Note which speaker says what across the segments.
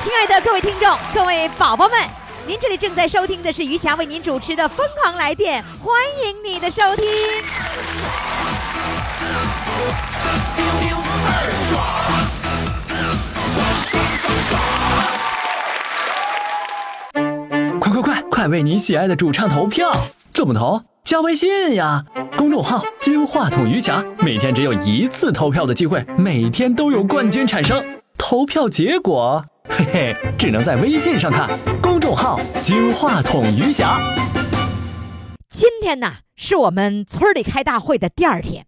Speaker 1: 亲爱的各位听众，各位宝宝们，您这里正在收听的是余霞为您主持的《疯狂来电》，欢迎你的收听。
Speaker 2: 快快快，快为你喜爱的主唱投票！怎么投？加微信呀，公众号“金话筒余霞”，每天只有一次投票的机会，每天都有冠军产生。投票结果，嘿嘿，只能在微信上看。公众号“金话筒余霞
Speaker 1: 今天呢，是我们村里开大会的第二天，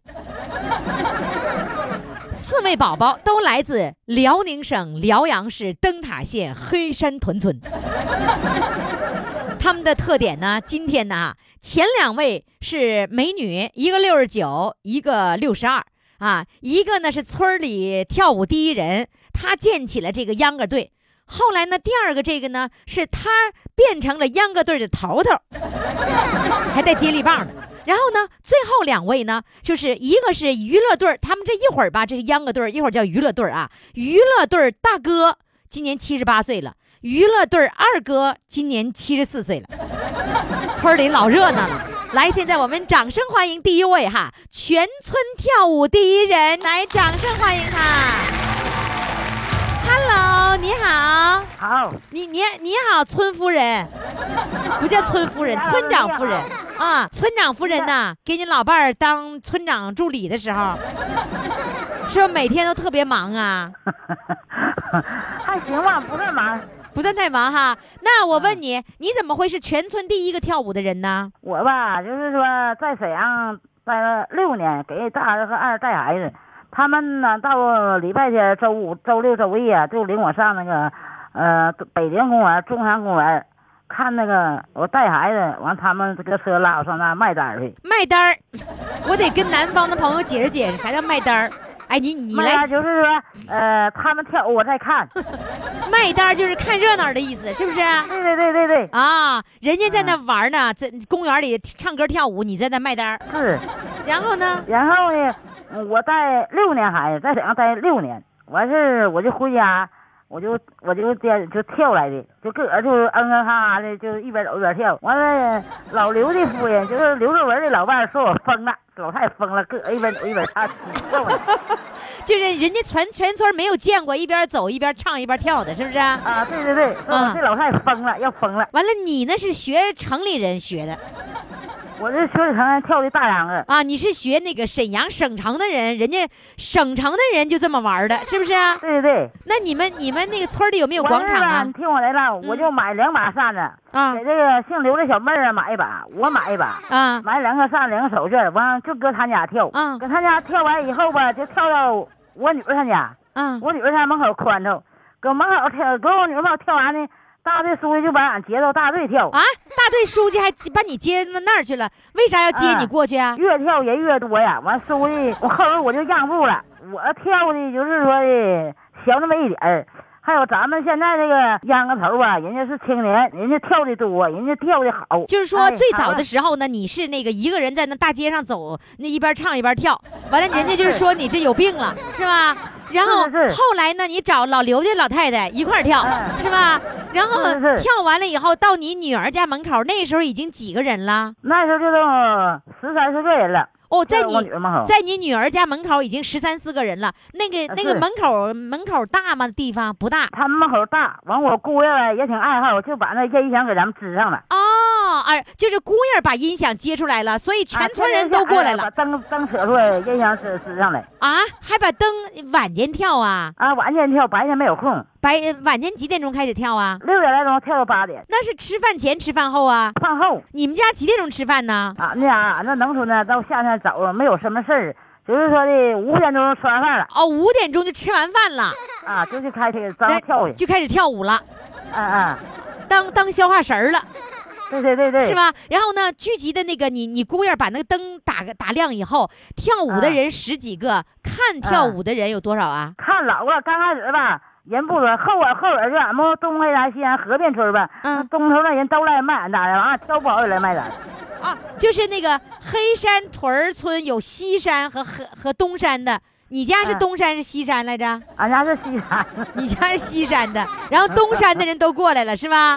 Speaker 1: 四位宝宝都来自辽宁省辽阳市灯塔县黑山屯村。他们的特点呢，今天呢，前两位是美女，一个六十九，一个六十二啊，一个呢是村里跳舞第一人，她建起了这个秧歌队。后来呢，第二个这个呢，是她变成了秧歌队的头头。还带接力棒呢。然后呢，最后两位呢，就是一个是娱乐队儿，他们这一会儿吧，这是秧歌队儿，一会儿叫娱乐队儿啊。娱乐队儿大哥今年七十八岁了，娱乐队儿二哥今年七十四岁了，村儿里老热闹了。来，现在我们掌声欢迎第一位哈，全村跳舞第一人，来，掌声欢迎他。Hello，你好，
Speaker 3: 好，
Speaker 1: 你你你好，村夫人，不叫村夫人，村长夫人啊，村长夫人呐、给你老伴儿当村长助理的时候，是不是每天都特别忙啊？
Speaker 3: 还行吧，不太忙。
Speaker 1: 不算太忙哈。那我问你，你怎么会是全村第一个跳舞的人呢？
Speaker 3: 我吧，就是说在沈阳待了六年，给大儿和二带孩子。他们呢，到礼拜天、周五、周六、周一啊，就领我上那个，呃，北陵公园、中山公园，看那个我带孩子，完他们这个车拉我上那卖单儿去。
Speaker 1: 卖单儿，我得跟南方的朋友解释解释啥叫卖单儿。哎，你你
Speaker 3: 卖
Speaker 1: 来
Speaker 3: 单就是说，呃，他们跳舞我在看。
Speaker 1: 卖单儿就是看热闹的意思，是不是？
Speaker 3: 对对对对对，
Speaker 1: 啊，人家在那玩儿呢，在公园里唱歌跳舞，你在那卖单儿。
Speaker 3: 是。
Speaker 1: 然后呢，
Speaker 3: 然后呢，嗯我带六年孩子，在沈阳待六年，完事儿我就回家，我就我就颠就跳来的，就自个儿就嗯嗯哈哈的，就一边走一边跳。完了，老刘的夫人就是刘作文的老伴儿说我疯了，老太疯了，自个儿一边走一边唱，跳呢
Speaker 1: 就是人家全全村没有见过一边走一边唱一边跳的，是不是？完
Speaker 3: 啊，对对对，说我这老太疯了，要疯了。
Speaker 1: 了，你那是学城里人学的
Speaker 3: 我这村里头跳的大秧歌，
Speaker 1: 啊，你是学那个沈阳省城的人，人家省城的人就这么玩儿的，是不是啊？
Speaker 3: 对对对。
Speaker 1: 那你们你们那个村里有没有
Speaker 3: 完
Speaker 1: 广
Speaker 3: 事
Speaker 1: 场
Speaker 3: 儿吧
Speaker 1: 啊
Speaker 3: 你？听我来了，我就买两把扇子，
Speaker 1: 啊
Speaker 3: 给这个姓刘的小妹儿啊买一把，我买一把。
Speaker 1: 啊
Speaker 3: 买两个扇，两个手绢，完了就搁他家跳。
Speaker 1: 嗯
Speaker 3: 搁他家跳完以后吧，就跳到我女儿她家。
Speaker 1: 啊！
Speaker 3: 我女儿她门口宽敞，搁门口跳，搁我女儿门口跳完呢，大队书记就把俺接到大队跳。
Speaker 1: 啊！大队书记还把你接到那儿去了，为啥要接你
Speaker 3: 啊
Speaker 1: 过去啊？
Speaker 3: 越跳人越多呀，完书记我后边我就让步了，我跳的就是说的小那么一点儿。还有咱们现在这个秧歌头啊，人家是青年，人家跳的多，人家跳的好。
Speaker 1: 就是说
Speaker 3: 哎
Speaker 1: 最早
Speaker 3: 好
Speaker 1: 的
Speaker 3: 了
Speaker 1: 时候呢，你是那个一个人在那大街上走，那一边唱一边跳，完了人家就是
Speaker 3: 是
Speaker 1: 说你这有病了，是吧？然后
Speaker 3: 是是
Speaker 1: 后来呢，你找老刘家老太太一块儿跳，
Speaker 3: 嗯
Speaker 1: 是吧？然后
Speaker 3: 是是
Speaker 1: 跳完了以后，到你女儿家门口，那时候已经几个人了？
Speaker 3: 那时候就都十三四个人了，
Speaker 1: 哦，在
Speaker 3: 跳
Speaker 1: 你
Speaker 3: 我女儿门口
Speaker 1: 在你女儿家门口已经十三四个人了。那个
Speaker 3: 啊
Speaker 1: 那个
Speaker 3: 是
Speaker 1: 门口门口大吗？地方不大。
Speaker 3: 他们门口大，完我姑爷吧也挺爱好，就把那音响给咱们支上了。
Speaker 1: 哦，啊，就是姑爷把音响接出来了，所以
Speaker 3: 啊
Speaker 1: 全村人都过来了
Speaker 3: 把灯灯扯出来，音响支支上来。
Speaker 1: 啊！还把灯晚间跳啊？
Speaker 3: 啊，晚间跳，白天没有空，
Speaker 1: 白呃晚间几点钟开始跳啊？
Speaker 3: 六点来钟跳到八点，
Speaker 1: 那是吃饭前吃饭后啊？
Speaker 3: 饭后
Speaker 1: 你们家几点钟吃饭呢？
Speaker 3: 俺那俺那农村呢，到夏天早上没有什么事儿，就是说的五点钟吃完饭了
Speaker 1: 哦，五点钟就吃完饭了，
Speaker 3: 啊，就去开车张
Speaker 1: 那
Speaker 3: 跳去。
Speaker 1: 就开始跳舞了。
Speaker 3: 嗯嗯，
Speaker 1: 当当消化食儿了，
Speaker 3: 对对对对，
Speaker 1: 是？吧？然后呢，聚集的那个你你姑爷把那个灯打个打亮以后，跳舞的
Speaker 3: 啊
Speaker 1: 人十几个，看跳
Speaker 3: 啊
Speaker 1: 舞的人有多少啊？
Speaker 3: 看老了，刚开始吧，人不多，后边后边就俺们东黑咱西安河边村吧，
Speaker 1: 嗯
Speaker 3: 那东头那人都来卖俺家的，完了挑不好也来卖咱的。
Speaker 1: 啊，就是那个黑山屯儿村有西山和和和东山的，你家是
Speaker 3: 嗯
Speaker 1: 东山是西山来着？
Speaker 3: 俺家是西安，
Speaker 1: 你家是西山的，然后东山的人都过来了是吧？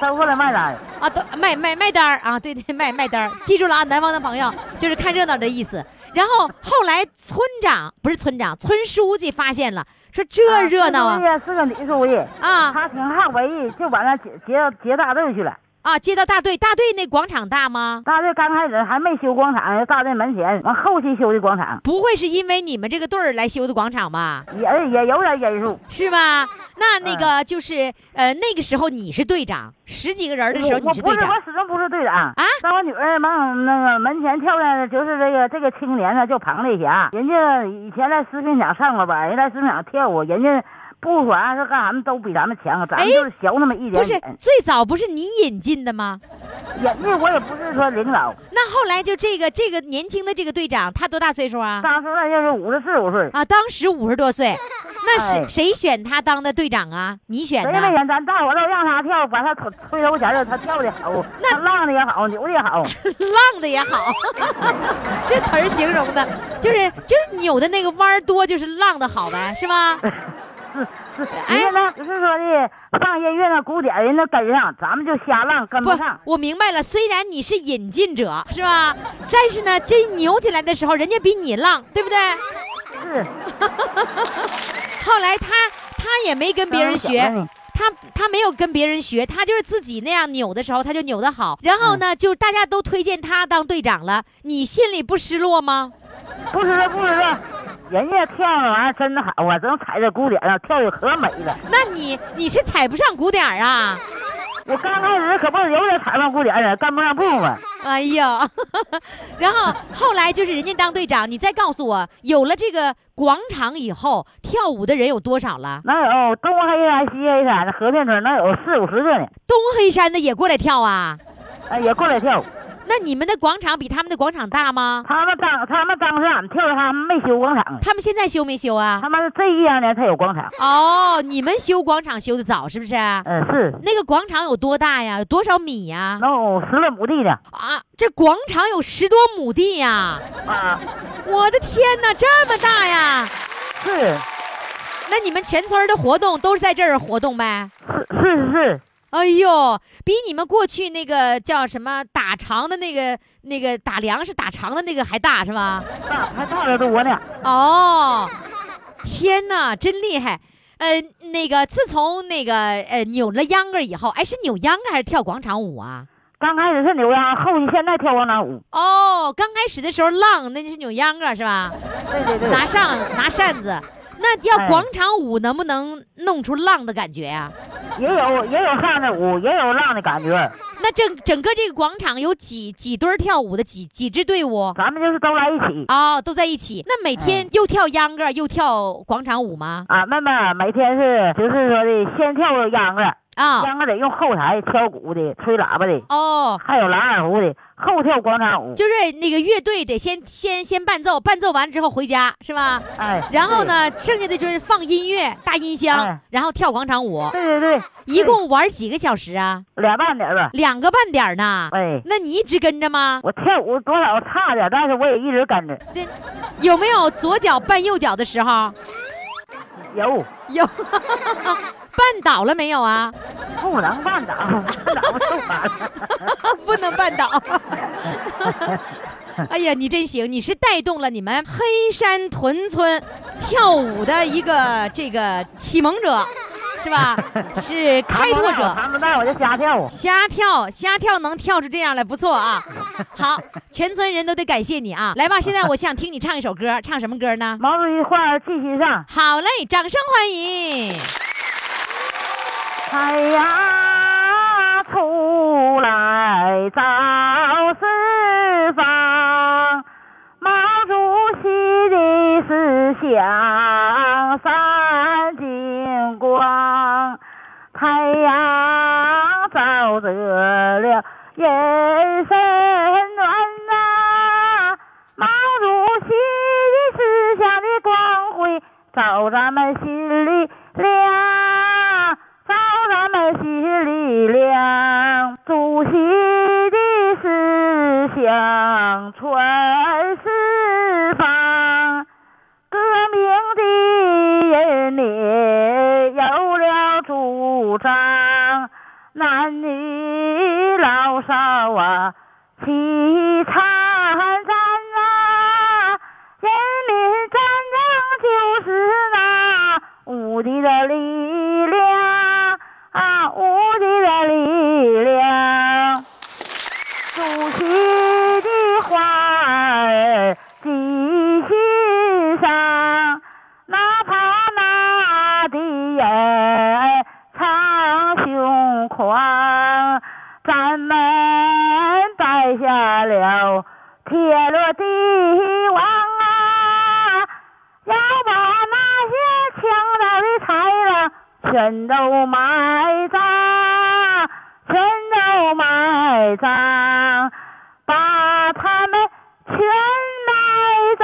Speaker 3: 都都过来卖咱的。
Speaker 1: 啊，都卖卖卖单儿啊，对对，卖卖单儿，记住了啊，南方的朋友就是看热闹的意思。然后后来村长不是村长，村书记发现了，说这热闹啊
Speaker 3: 是个李书记，
Speaker 1: 啊
Speaker 3: 他挺好文艺，就往那结结结大队去了。
Speaker 1: 啊！街道大队，大队那广场大吗？
Speaker 3: 大队刚开始还没修广场，大队门前，完后期修的广场，
Speaker 1: 不会是因为你们这个队儿来修的广场吧？
Speaker 3: 也也有点人数。
Speaker 1: 是吧？那那
Speaker 3: 嗯
Speaker 1: 个就是呃，那个时候你是队长，十几个人的时候
Speaker 3: 我
Speaker 1: 你
Speaker 3: 我
Speaker 1: 是
Speaker 3: 不
Speaker 1: 队
Speaker 3: 是，
Speaker 1: 长
Speaker 3: 我始终不是队长
Speaker 1: 啊
Speaker 3: 当我女儿往那个门前跳的，就是这个这个青年呢，叫庞丽霞。人家以前在食品厂上过班，人家在食品厂跳舞，人家不管是干什么都比咱们强，咱们
Speaker 1: 哎
Speaker 3: 就是小那么一
Speaker 1: 不
Speaker 3: 点
Speaker 1: 是
Speaker 3: 点。
Speaker 1: 最早不是你引进的吗？
Speaker 3: 人家我也不是说领导，
Speaker 1: 那后来就这个这个年轻的这个队长，他多大岁数啊？
Speaker 3: 当时那就是五十四五岁，
Speaker 1: 啊，当时五十多岁，那
Speaker 3: 哎
Speaker 1: 是谁选他当的队长啊？你选
Speaker 3: 谁没
Speaker 1: 的？
Speaker 3: 人咱大伙都让他跳，把他推推头前儿，他跳的好，他浪的也好，扭的也好。
Speaker 1: 浪的也 好，这词儿形容的，就是就是扭的那个弯儿多，就是浪的好呗，是吧？
Speaker 3: 哎是， 人家那不是说的放音乐那鼓点，人家跟上，咱们就瞎浪跟
Speaker 1: 不
Speaker 3: 不上。，
Speaker 1: 我明白了。虽然你是引进者，是吧？但是呢，这扭起来的时候，人家比你浪，对不对？
Speaker 3: 是，
Speaker 1: 后来他他也没跟别人
Speaker 3: 当然
Speaker 1: 学
Speaker 3: 想，
Speaker 1: 他他没有跟别人学，他就是自己那样扭的时候，他就扭得好。然
Speaker 3: 嗯
Speaker 1: 后呢，就大家都推荐他当队长了，你心里不失落吗？
Speaker 3: 不知道不知道，人家跳那玩意儿真好啊，真踩在鼓点上跳的可美了。
Speaker 1: 那你你是踩不上鼓点儿啊？
Speaker 3: 我刚开始可不是有点踩上鼓点了，跟不上步啊嘛。
Speaker 1: 哎呀， 然后后来就是人家当队长，你再告诉我，有了这个广场以后，跳舞的人有多少了？
Speaker 3: 能有东黑山、西黑山、河边村，能有四五十个呢，
Speaker 1: 东黑山的也过来跳啊？
Speaker 3: 哎，也过来跳。
Speaker 1: 那你们的广场比他们的广场大吗？
Speaker 3: 他们当他们当时俺们跳的，他们没修广场，
Speaker 1: 他们现在修没修 啊？
Speaker 3: 他们这一两年才有广场。
Speaker 1: 哦，你们修广场修的早是不是？
Speaker 3: 嗯，是
Speaker 1: 那个广场有多大呀？有多少米呀？
Speaker 3: 能有十来亩地呢。
Speaker 1: 啊，这广场有十多亩地呀！
Speaker 3: 啊，
Speaker 1: 我的天哪，这么大呀！
Speaker 3: 是
Speaker 1: 那你们全村儿的活动都是在这儿活动呗？
Speaker 3: 是是是，
Speaker 1: 哎呦，比你们过去那个叫什么打长的那个那个打粮食打长的那个还大是吧？
Speaker 3: 大还大得多呢。
Speaker 1: 哦，天哪，真厉害！呃，那个自从那个呃扭了秧歌以后，哎，是扭秧歌还是跳广场舞啊？
Speaker 3: 刚开始是扭秧，后期现在跳广场舞。
Speaker 1: 哦，刚开始的时候浪，那是扭秧歌是吧？
Speaker 3: 对对对，
Speaker 1: 拿上拿扇子，那要
Speaker 3: 哎
Speaker 1: 广场舞能不能弄出浪的感觉呀、
Speaker 3: 也有也有上的舞，也有浪的感觉。
Speaker 1: 那整整个这个广场有几几堆儿跳舞的几几支队伍？
Speaker 3: 咱们就是都来一起。
Speaker 1: 哦，都在一起。那每天又跳秧歌又跳广场舞吗？
Speaker 3: 俺们吧，每天是就是说的，先跳秧歌，
Speaker 1: 啊、
Speaker 3: 秧歌得用后台敲鼓的、吹喇叭的，
Speaker 1: 哦，
Speaker 3: 还有拉二胡的，后跳广场舞。
Speaker 1: 就是那个乐队得先先先伴奏，伴奏完之后回家是吧？
Speaker 3: 哎，
Speaker 1: 然后呢，剩下的就是放音乐、大音箱，
Speaker 3: 哎
Speaker 1: 然后跳广场舞，
Speaker 3: 对？对对对，
Speaker 1: 一共玩几个小时啊？
Speaker 3: 俩半点儿吧。
Speaker 1: 两个半点儿呢。
Speaker 3: 哎，
Speaker 1: 那你一直跟着吗？
Speaker 3: 我跳舞多少差点儿，但是我也一直跟着。
Speaker 1: 有没有左脚绊右脚的时候？
Speaker 3: 有，
Speaker 1: 有， 绊倒了没有啊？
Speaker 3: 不能绊倒，绊倒就完了。
Speaker 1: 不能绊倒。哎呀，你真行，你是带动了你们黑山屯村跳舞的一个这个启蒙者，是吧？是开拓者。
Speaker 3: 他们带我就瞎跳。
Speaker 1: 瞎跳，瞎跳能跳出这样来，不错啊！好，全村人都得感谢你啊！来吧，现在我想听你唱一首歌，唱什么歌 呢？
Speaker 3: 毛主席话儿记心上，
Speaker 1: 好嘞，掌声欢迎！
Speaker 3: 太阳出来照四方，毛主席的思想闪金光。太阳照到这了，人生暖呐、毛主席的思想的光辉照咱们心里亮，照咱们心里亮。主席的思想传四方。革命的人民有了主张，男女老少啊齐参战呐、人民战争就是那啊无敌的力量啊，无敌的力量。主席的花儿记心上，哪怕那的人藏胸狂，咱们摆下了铁路帝王啊，要把那些抢走的财粮全都埋葬。全都埋葬，把他们全埋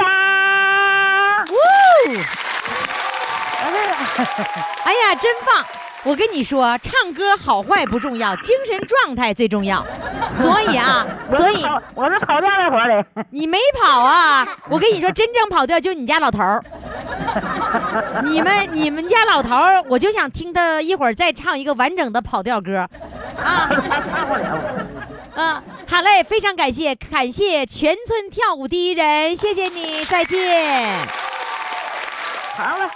Speaker 3: 葬。
Speaker 1: 哎呀，真棒！我跟你说，唱歌好坏不重要，精神状态最重要。所以啊，所以
Speaker 3: 我我是跑调那活的，
Speaker 1: 你没跑啊！我跟你说，真正跑调就你家老头儿。你们你们家老头儿，我就想听他一会儿再唱一个完整的跑调歌。
Speaker 3: 唱不了。
Speaker 1: 嗯，好嘞，非常感谢，感谢全村跳舞第一人，谢谢你，再见。
Speaker 3: 好了，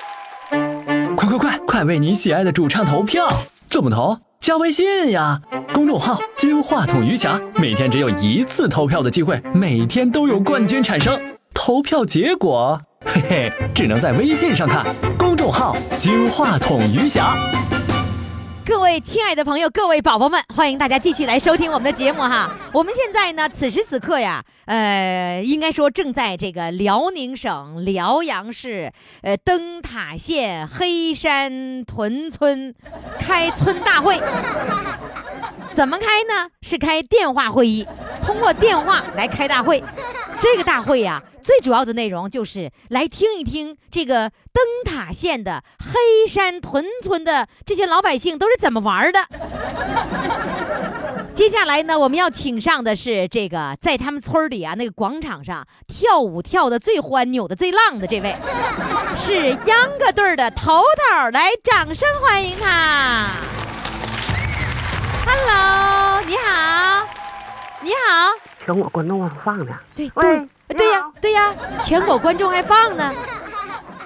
Speaker 2: 快快快，快为你喜爱的主唱投票！怎么投？加微信呀，公众号“金话筒余霞”，每天只有一次投票的机会，每天都有冠军产生。投票结果，嘿嘿，只能在微信上看。公众号“金话筒余霞”。
Speaker 1: 各位亲爱的朋友，各位宝宝们，欢迎大家继续来收听我们的节目哈。我们现在呢，此时此刻呀，呃，应该说正在这个辽宁省辽阳市呃灯塔县黑山屯村开村大会。怎么开呢？是开电话会议，通过电话来开大会。这个大会呀、最主要的内容就是来听一听这个灯塔县的黑山屯村的这些老百姓都是怎么玩儿的。接下来呢，我们要请上的是这个在他们村儿里啊那个广场上跳舞跳的最欢、扭的最浪的这位，是秧歌队儿的头头儿，来，掌声欢迎他。Hello，你好，你好，
Speaker 4: 全国观众放的，
Speaker 1: 对对
Speaker 3: 喂
Speaker 1: 对呀
Speaker 3: 你好
Speaker 1: 对呀，全国观众还放 呢。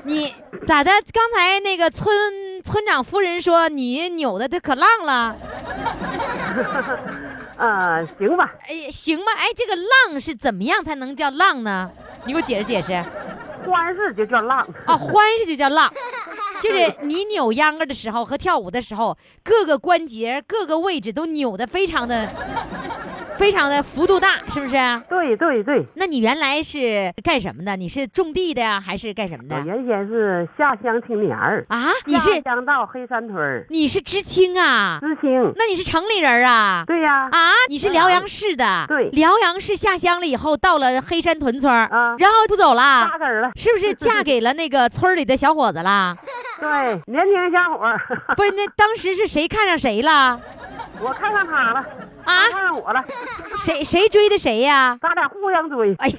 Speaker 1: 你咋的？刚才那个村村长夫人说你扭的这可浪了。
Speaker 4: 呃，行吧，
Speaker 1: 哎，行吧，哎，这个浪是怎么样才能叫浪呢？你给我解释解释。 啊，
Speaker 4: 欢事就叫浪，
Speaker 1: 欢是就叫浪， 就是你扭秧歌的时候和跳舞的时候，各个关节、各个位置都扭得非常的、非常的幅度大，是不是？
Speaker 4: 对对对，
Speaker 1: 那你原来是干什么的？你是种地的呀，还是干什么
Speaker 4: 我
Speaker 1: 的？
Speaker 4: 原先是下乡青年儿，
Speaker 1: 啊，你是
Speaker 4: 下乡到黑山屯儿
Speaker 1: 你是知青啊？
Speaker 4: 知青，
Speaker 1: 那你是城里人啊？
Speaker 4: 对呀、
Speaker 1: 啊，你是辽阳市的，
Speaker 4: 对
Speaker 1: 辽阳市下乡了以后，到了黑山屯村儿
Speaker 4: 啊
Speaker 1: 然后不走了，
Speaker 4: 扎根儿了，
Speaker 1: 是不是嫁给了那个村儿里的小伙子啦？
Speaker 4: 对，年轻小伙儿，
Speaker 1: 不是，那当时是谁看上谁了？
Speaker 4: 我看上他了，
Speaker 1: 啊，
Speaker 4: 他看上我 了，
Speaker 1: 谁谁追的谁呀、
Speaker 4: 咱俩互相追
Speaker 1: 哎呀，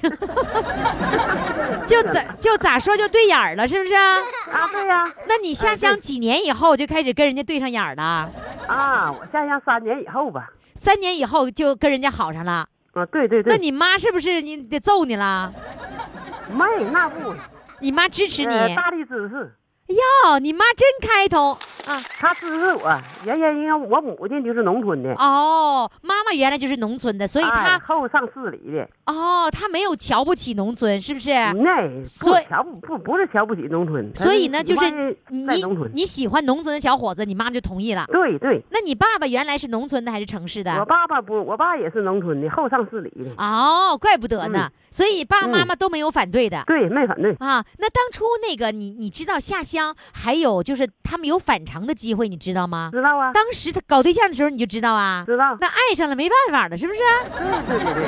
Speaker 1: 就咋就咋说就对眼儿了，是不是啊？
Speaker 4: 啊，对 呀、
Speaker 1: 那你下乡几年以后就开始跟人家对上眼儿了？
Speaker 4: 啊，我下乡三年以后吧，
Speaker 1: 三年以后就跟人家好上了？
Speaker 4: 啊，对对
Speaker 1: 那
Speaker 4: 对，
Speaker 1: 你妈是不是你得揍你了？
Speaker 4: 没那不，
Speaker 1: 你妈支持你？
Speaker 4: 呃，大力支持。
Speaker 1: 哟，你妈真开通啊！
Speaker 4: 他支持我，原先应该我母亲就是农村的，
Speaker 1: 哦，妈妈原来就是农村的，所以
Speaker 4: 哎
Speaker 1: 她、
Speaker 4: 后上市里的，
Speaker 1: 哦，她没有瞧不起农村，是不是？
Speaker 4: 那
Speaker 1: 所以
Speaker 4: 不瞧不不不是瞧不起农村，
Speaker 1: 所以呢，
Speaker 4: 他
Speaker 1: 就
Speaker 4: 喜欢
Speaker 1: 是
Speaker 4: 在
Speaker 1: 你
Speaker 4: 农村。
Speaker 1: 你喜欢农村的小伙子，你妈就同意了。
Speaker 4: 对对，
Speaker 1: 那你爸爸原来是农村的还是城市
Speaker 4: 我
Speaker 1: 的？
Speaker 4: 爸爸不，我爸也是农村的，后上市里的。
Speaker 1: 哦，怪不得
Speaker 4: 嗯
Speaker 1: 呢。所以爸爸妈妈都没有反对的、
Speaker 4: 对，没反对。
Speaker 1: 啊。那当初那个你你知道下乡，还有就是他们有返场的机会，你知道吗？
Speaker 3: 知道啊，
Speaker 1: 当时他搞对象的时候你就知道啊，
Speaker 3: 知道。
Speaker 1: 那爱上了没办法了，是不是？
Speaker 3: 对对对，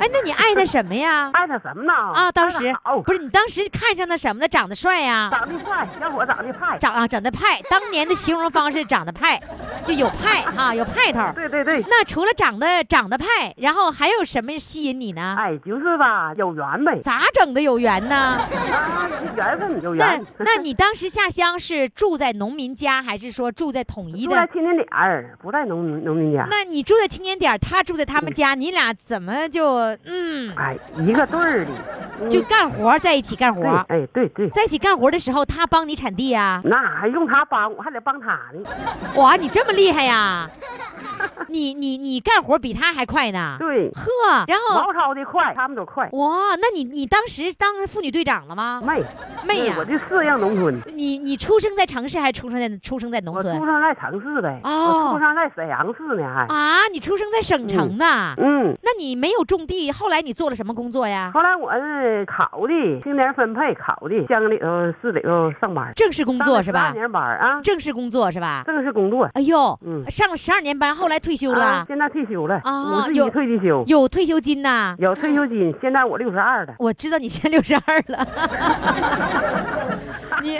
Speaker 1: 哎，那你爱他什么呀？
Speaker 3: 爱他什么呢？
Speaker 1: 啊，当时
Speaker 3: 爱哦他好
Speaker 1: 不是你当时看上他什么呢？长得帅呀、
Speaker 3: 长得帅，小伙长得帅。
Speaker 1: 长啊长得派，当年的形容方式长得派，就有派哈、有派头。
Speaker 3: 对对对，
Speaker 1: 那除了长得长得派，然后还有什么吸引你呢？
Speaker 3: 哎，就是吧，有缘呗，
Speaker 1: 咋整的有缘呢？
Speaker 3: 啊，缘分有
Speaker 1: 那
Speaker 3: 缘。
Speaker 1: 那你当时下乡是住在农民家，还是说住在统一
Speaker 3: 住在
Speaker 1: 的？
Speaker 3: 青年点儿，不在农民农民家。
Speaker 1: 那你住在青年点儿，他住在他们家，你俩怎么就嗯
Speaker 3: 哎，一个队儿的，
Speaker 1: 就
Speaker 3: 嗯
Speaker 1: 干活儿在一起干活
Speaker 3: 对
Speaker 1: 儿，？
Speaker 3: 哎，对对，
Speaker 1: 在一起干活儿的时候，他帮你铲地呀、
Speaker 3: 那还用他帮，我还得帮他呢。
Speaker 1: 哇，你这么厉害 呀！你你你干活比他还快呢，
Speaker 3: 对，
Speaker 1: 呵，然后
Speaker 3: 毛超的快，他们都快。
Speaker 1: 哇，那你你当时当妇女队长了吗？
Speaker 3: 妹
Speaker 1: 妹
Speaker 3: 对
Speaker 1: 呀
Speaker 3: 我就适应农村，
Speaker 1: 你你出生在城市还是出生在出生在农
Speaker 3: 我
Speaker 1: 村
Speaker 3: 出生在城市呗，
Speaker 1: 哦
Speaker 3: 我出生在沈阳市呢，还。
Speaker 1: 啊？你出生在省城呢？
Speaker 3: 嗯，
Speaker 1: 那你没有种地，后来你做了什么工作呀？
Speaker 3: 后来我是考的青年分配，考的乡里头、市里头上班，
Speaker 1: 正式工作是
Speaker 3: 上了12
Speaker 1: 吧？
Speaker 3: 年班儿啊，
Speaker 1: 正式工作是吧？
Speaker 3: 正式工作。
Speaker 1: 哎呦，
Speaker 3: 嗯
Speaker 1: 上了十二年班，后来退休
Speaker 3: 啊
Speaker 1: 了，
Speaker 3: 现在退休了，
Speaker 1: 啊
Speaker 3: 五十
Speaker 1: 有嗯
Speaker 3: 一退的休，
Speaker 1: 有退休金呐。
Speaker 3: 有退休金。现在我六十二了，
Speaker 1: 我知道你现 在六十二了，你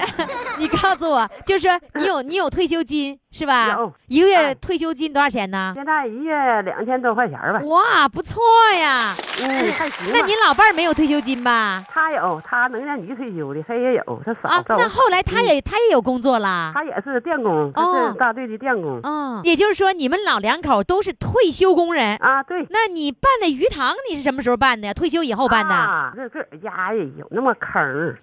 Speaker 1: 你告诉我，就是说你有你有退休金是吧
Speaker 3: 有？
Speaker 1: 一个月
Speaker 3: 哎
Speaker 1: 退休金多少钱呢？
Speaker 3: 现在一月两千多块钱儿吧。
Speaker 1: 哇，不错呀！
Speaker 3: 嗯，还行吧。
Speaker 1: 哦 那您老伴儿没有退休金吧？
Speaker 3: 他有，他能让你退休的，他也有，他少
Speaker 1: 啊，
Speaker 3: 少。
Speaker 1: 那后来他也他也有工作啦。
Speaker 3: 嗯他也是电工，他
Speaker 1: 哦
Speaker 3: 是大队的电工。
Speaker 1: 啊，也就是说你们老两口都是退休工人。
Speaker 3: 啊，对，
Speaker 1: 那你办的鱼塘你是什么时候办的呀？退休以后办的？
Speaker 3: 啊，这自个儿家也有那么 坑儿，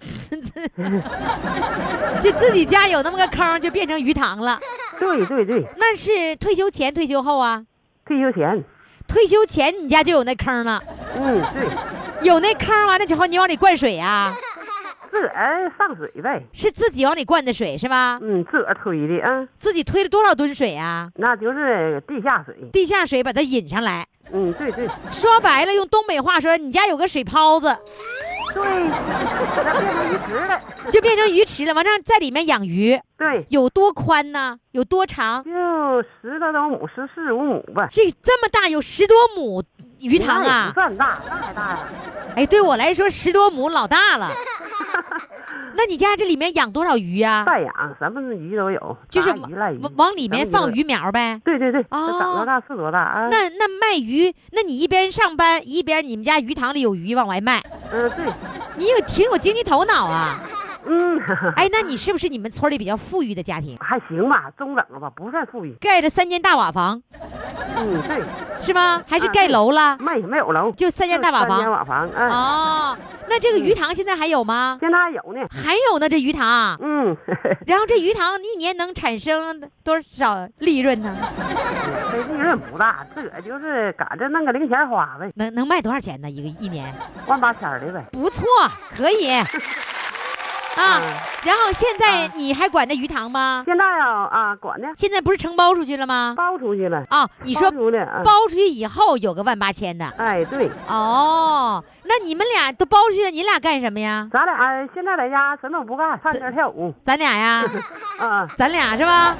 Speaker 1: 就自己家有那么个坑，就变成鱼塘了。
Speaker 3: 对对对，
Speaker 1: 那是退休前、退休后啊？
Speaker 3: 退休前，
Speaker 1: 退休前你家就有那坑了，
Speaker 3: 嗯，对，
Speaker 1: 有那坑完了之后你往里灌水啊？
Speaker 3: 自个儿上水呗，
Speaker 1: 是自己往里灌的水是吧？
Speaker 3: 嗯，自个儿推的啊，
Speaker 1: 自己推了多少吨水啊？
Speaker 3: 那就是地下水，
Speaker 1: 地下水把它引上来。
Speaker 3: 嗯，对对
Speaker 1: 说白了，用东北话说，你家有个水泡子，
Speaker 3: 对，那变成鱼池了，
Speaker 1: 就变成鱼池了，完了在里面养鱼，
Speaker 3: 对，
Speaker 1: 有多宽呢？有多长？
Speaker 3: 就十多多亩，十四五亩吧。
Speaker 1: 这这么大，有十多亩鱼塘
Speaker 3: 那也
Speaker 1: 啊
Speaker 3: 不！算大，那还大呀，
Speaker 1: 哎，对我来说，十多亩老大了。那你家这里面养多少鱼呀、
Speaker 3: 带养什么鱼都有，
Speaker 1: 就是
Speaker 3: 大鱼、赖鱼，
Speaker 1: 往往里面
Speaker 3: 什么
Speaker 1: 放
Speaker 3: 都有。
Speaker 1: 鱼苗呗。
Speaker 3: 对对对，
Speaker 1: 哦
Speaker 3: 它长多大是多大啊？
Speaker 1: 那那卖鱼，那你一边上班一边你们家鱼塘里有鱼往外卖，
Speaker 3: 嗯，对，
Speaker 1: 你有挺有经济头脑啊！
Speaker 3: 嗯，
Speaker 1: 哎，那你是不是你们村里比较富裕的家庭？
Speaker 3: 还行吧，中等了吧，不算富裕。
Speaker 1: 盖着三间大瓦房
Speaker 3: 嗯，对，
Speaker 1: 是吗？还是
Speaker 3: 啊
Speaker 1: 盖楼了？
Speaker 3: 没没有楼，
Speaker 1: 就三间大瓦
Speaker 3: 三间
Speaker 1: 房。
Speaker 3: 瓦房，哎，
Speaker 1: 哦，那这个鱼塘现在还有吗？
Speaker 3: 现在还有呢。
Speaker 1: 还有呢，这鱼塘。
Speaker 3: 嗯，
Speaker 1: 然后这鱼塘一年能产生多少利润呢？
Speaker 3: 这利润不大，自个儿就是赶着弄个零钱花呗，
Speaker 1: 能能卖多少钱呢？一个一年？
Speaker 3: 万八千儿的呗。
Speaker 1: 不错，可以。啊，然后现在你还管着鱼塘吗？
Speaker 3: 现在啊啊，管呢，
Speaker 1: 现在不是承包出去了吗？
Speaker 3: 包出去了。
Speaker 1: 啊，你说
Speaker 3: 包出去了啊？
Speaker 1: 包出去以后有个万八千的
Speaker 3: 哎，对，
Speaker 1: 哦，那你们俩都包出去了，你俩干什么呀？
Speaker 3: 咱俩哎现在在家什么都不干，唱歌跳舞
Speaker 1: 咱俩呀，
Speaker 3: 啊
Speaker 1: 咱俩是吧？
Speaker 3: 啊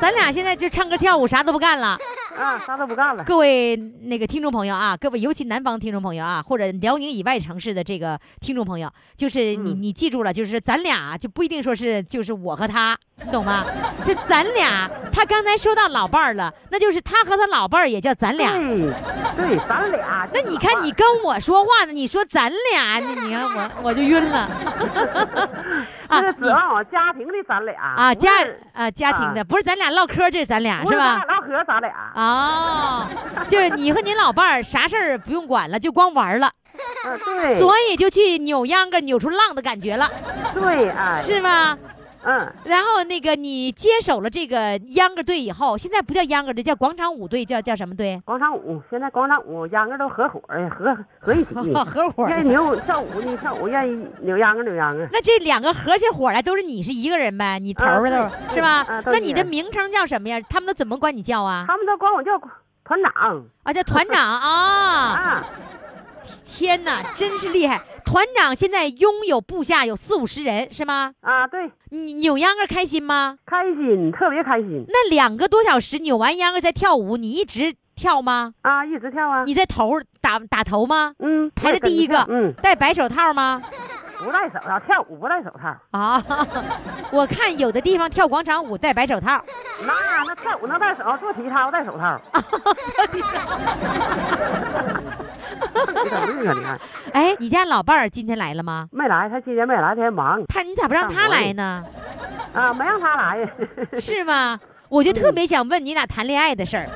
Speaker 1: 咱俩现在就唱歌跳舞，啥都不干了。
Speaker 3: 啊，啥都不干了。
Speaker 1: 各位那个听众朋友啊，各位尤其南方听众朋友啊，或者辽宁以外城市的这个听众朋友，就是你、
Speaker 3: 嗯
Speaker 1: 你记住了，就是咱俩就不一定说是就是我和他，你懂吗？这咱俩，他刚才说到老伴儿了，那就是他和他老伴儿也叫咱俩。
Speaker 3: 对，对，咱俩。
Speaker 1: 那你看你跟我说话呢，你说咱俩，你你看我我就晕了啊！
Speaker 3: 这
Speaker 1: 你
Speaker 3: 指望我家庭的咱俩
Speaker 1: 啊
Speaker 3: 不
Speaker 1: 家
Speaker 3: 是
Speaker 1: 啊家庭的不是咱俩唠嗑，这是咱俩
Speaker 3: 不
Speaker 1: 是
Speaker 3: 是咱
Speaker 1: 吧
Speaker 3: 俩？唠嗑，咱俩。
Speaker 1: 哦，就是你和你老伴儿啥事儿不用管了，就光玩儿了。啊
Speaker 3: 嗯，对，
Speaker 1: 所以就去扭秧歌，扭出浪的感觉了，
Speaker 3: 对，哎，
Speaker 1: 是吗？
Speaker 3: 嗯，
Speaker 1: 然后那个你接手了这个秧歌队以后，现在不叫秧歌队，叫广场舞队，叫叫什么队？
Speaker 3: 广场舞现在广场舞秧歌都合伙儿哎合合一起
Speaker 1: 合伙
Speaker 3: 愿
Speaker 1: 儿
Speaker 3: 意。扭跳舞的跳舞，愿意扭秧歌扭秧歌。
Speaker 1: 那这两个合起伙啊来都是你是一个人呗，你头儿
Speaker 3: 啊
Speaker 1: 都是、
Speaker 3: 对
Speaker 1: 是吧？
Speaker 3: 对啊都
Speaker 1: 那
Speaker 3: 是
Speaker 1: 你
Speaker 3: 一
Speaker 1: 的
Speaker 3: 人
Speaker 1: 名称叫什么呀？他们都怎么管你叫啊？
Speaker 3: 他们都管我叫团长
Speaker 1: 啊，叫团长啊！
Speaker 3: 啊，
Speaker 1: 天哪，真是厉害！团长现在拥有部下有四五十人是吗？
Speaker 3: 啊，对，
Speaker 1: 你扭秧歌开心吗？
Speaker 3: 开心，特别开心
Speaker 1: 那两个多小时扭完秧歌再跳舞，你一直跳吗？
Speaker 3: 啊，一直跳啊，
Speaker 1: 你在头儿打打头吗？
Speaker 3: 嗯，
Speaker 1: 排在
Speaker 3: 跟着
Speaker 1: 第一个
Speaker 3: 跳嗯，
Speaker 1: 戴白手套吗？
Speaker 3: 不戴手套，跳舞不戴手套，
Speaker 1: 啊， 我看有的地方跳广场舞戴白手套，
Speaker 3: 那那跳舞能戴手套，做体操戴 手套，你怎么乐呢？
Speaker 1: 哎，你家老伴儿今天来了吗？
Speaker 3: 啊没来，他今天没来，他还忙
Speaker 1: 他你咋不让他来呢？
Speaker 3: 啊，没让他来
Speaker 1: 是吗？我就特别想问你俩谈恋爱的事儿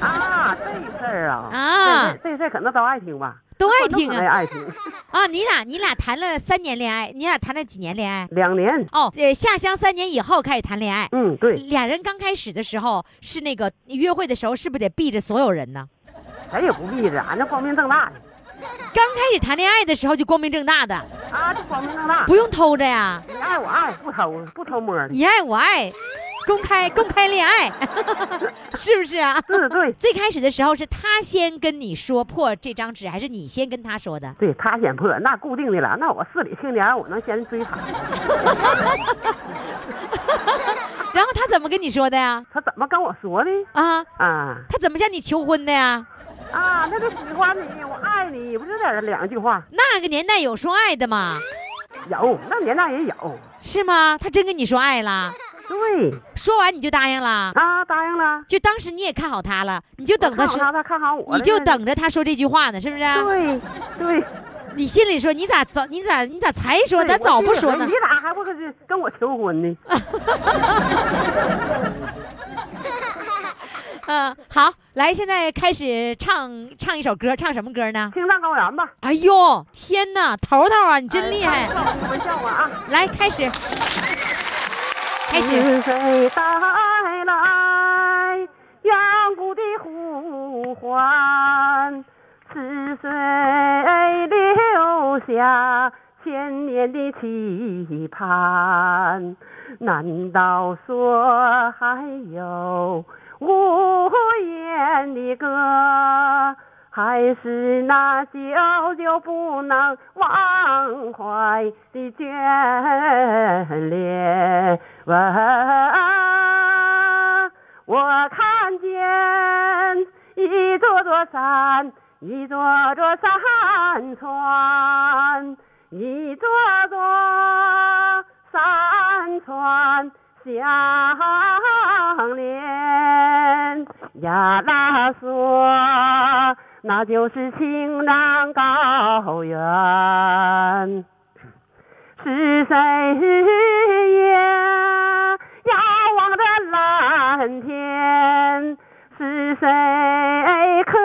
Speaker 3: 啊，这事儿啊，
Speaker 1: 啊
Speaker 3: 这事这事儿可能都爱听吧，
Speaker 1: 都爱听啊
Speaker 3: 观众可能也爱听，
Speaker 1: 啊！你俩你俩谈了三年恋爱，你俩谈了几年恋爱？
Speaker 3: 两年，
Speaker 1: 哦，呃，下乡三年以后开始谈恋爱。
Speaker 3: 嗯，对，
Speaker 1: 俩人刚开始的时候是那个呃约会的时候，是不是得避着所有人呢？
Speaker 3: 咱也不避着，俺这光明正大的
Speaker 1: 刚开始谈恋爱的时候就光明正大的，
Speaker 3: 啊，这光明正大，
Speaker 1: 不用偷着呀，
Speaker 3: 你爱我爱，不偷不偷摸的，
Speaker 1: 你爱我爱，公开公开恋爱， 是不是啊？
Speaker 3: 是对，
Speaker 1: 最开始的时候是他先跟你说破这张纸，还是你先跟他说的？
Speaker 3: 对他先破，那固定的了。那我市里青年，我能先追他。
Speaker 1: 然后他怎么跟你说的呀？
Speaker 3: 他怎么跟我说的？
Speaker 1: 啊，
Speaker 3: 啊
Speaker 1: 他怎么向你求婚的呀？
Speaker 3: 啊，那就喜欢你，我爱你，不就这两句话？
Speaker 1: 那个年代有说爱的吗？
Speaker 3: 有，那年代也有。
Speaker 1: 是吗？他真跟你说爱了，
Speaker 3: 对
Speaker 1: 说完你就答应了，
Speaker 3: 啊，答应了。
Speaker 1: 就当时你也看好他了，你就等他
Speaker 3: 看好
Speaker 1: 说，
Speaker 3: 他，他看好我了。
Speaker 1: 你就
Speaker 3: 那
Speaker 1: 等着他说这句话呢，是不是啊？
Speaker 3: 对对，
Speaker 1: 你心里说，你咋早，你咋你咋才说，
Speaker 3: 对
Speaker 1: 咱早不说
Speaker 3: 我心里
Speaker 1: 呢
Speaker 3: 你？咋还不跟跟我求婚呢？
Speaker 1: 嗯，好，来，现在开始唱唱一首歌，唱什么歌呢？
Speaker 3: 青藏高原吧，
Speaker 1: 哎呦，天哪，头头啊，你真厉害！
Speaker 3: 你们笑话啊！
Speaker 1: 来，开始，开始，
Speaker 3: 是谁带来远古的呼唤？是谁留下千年的期盼？难道说还有无言的歌？还是那久久不能忘怀的眷恋。我看见一座座山，一座座山川，一座座山川相连。呀啦嗦，那就是青藏高原。是谁呀？遥望着蓝天，是谁渴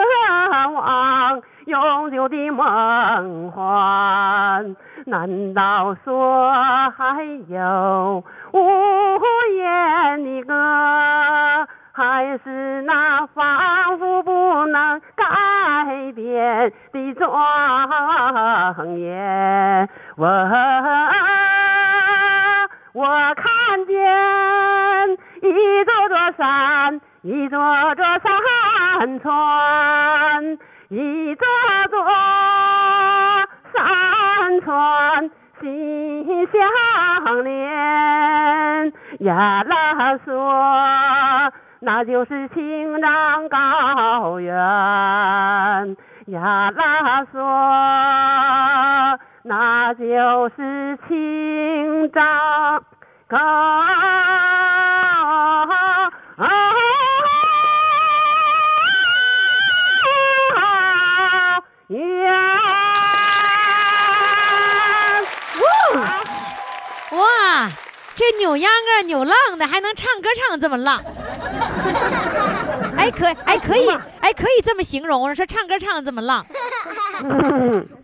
Speaker 3: 望永久的梦幻？难道说还有无言的歌？还是那仿佛不能改变的庄严。我我看见一座座山，一座座山川，一座座山川心相连。呀啦嗦，那就是青藏高原。呀啦嗦，那就是青藏高原。
Speaker 1: 哇，这扭秧歌扭浪的，还能唱歌唱得这么浪，哎，可哎可 以哎可以这么形容，说唱歌唱得这么浪，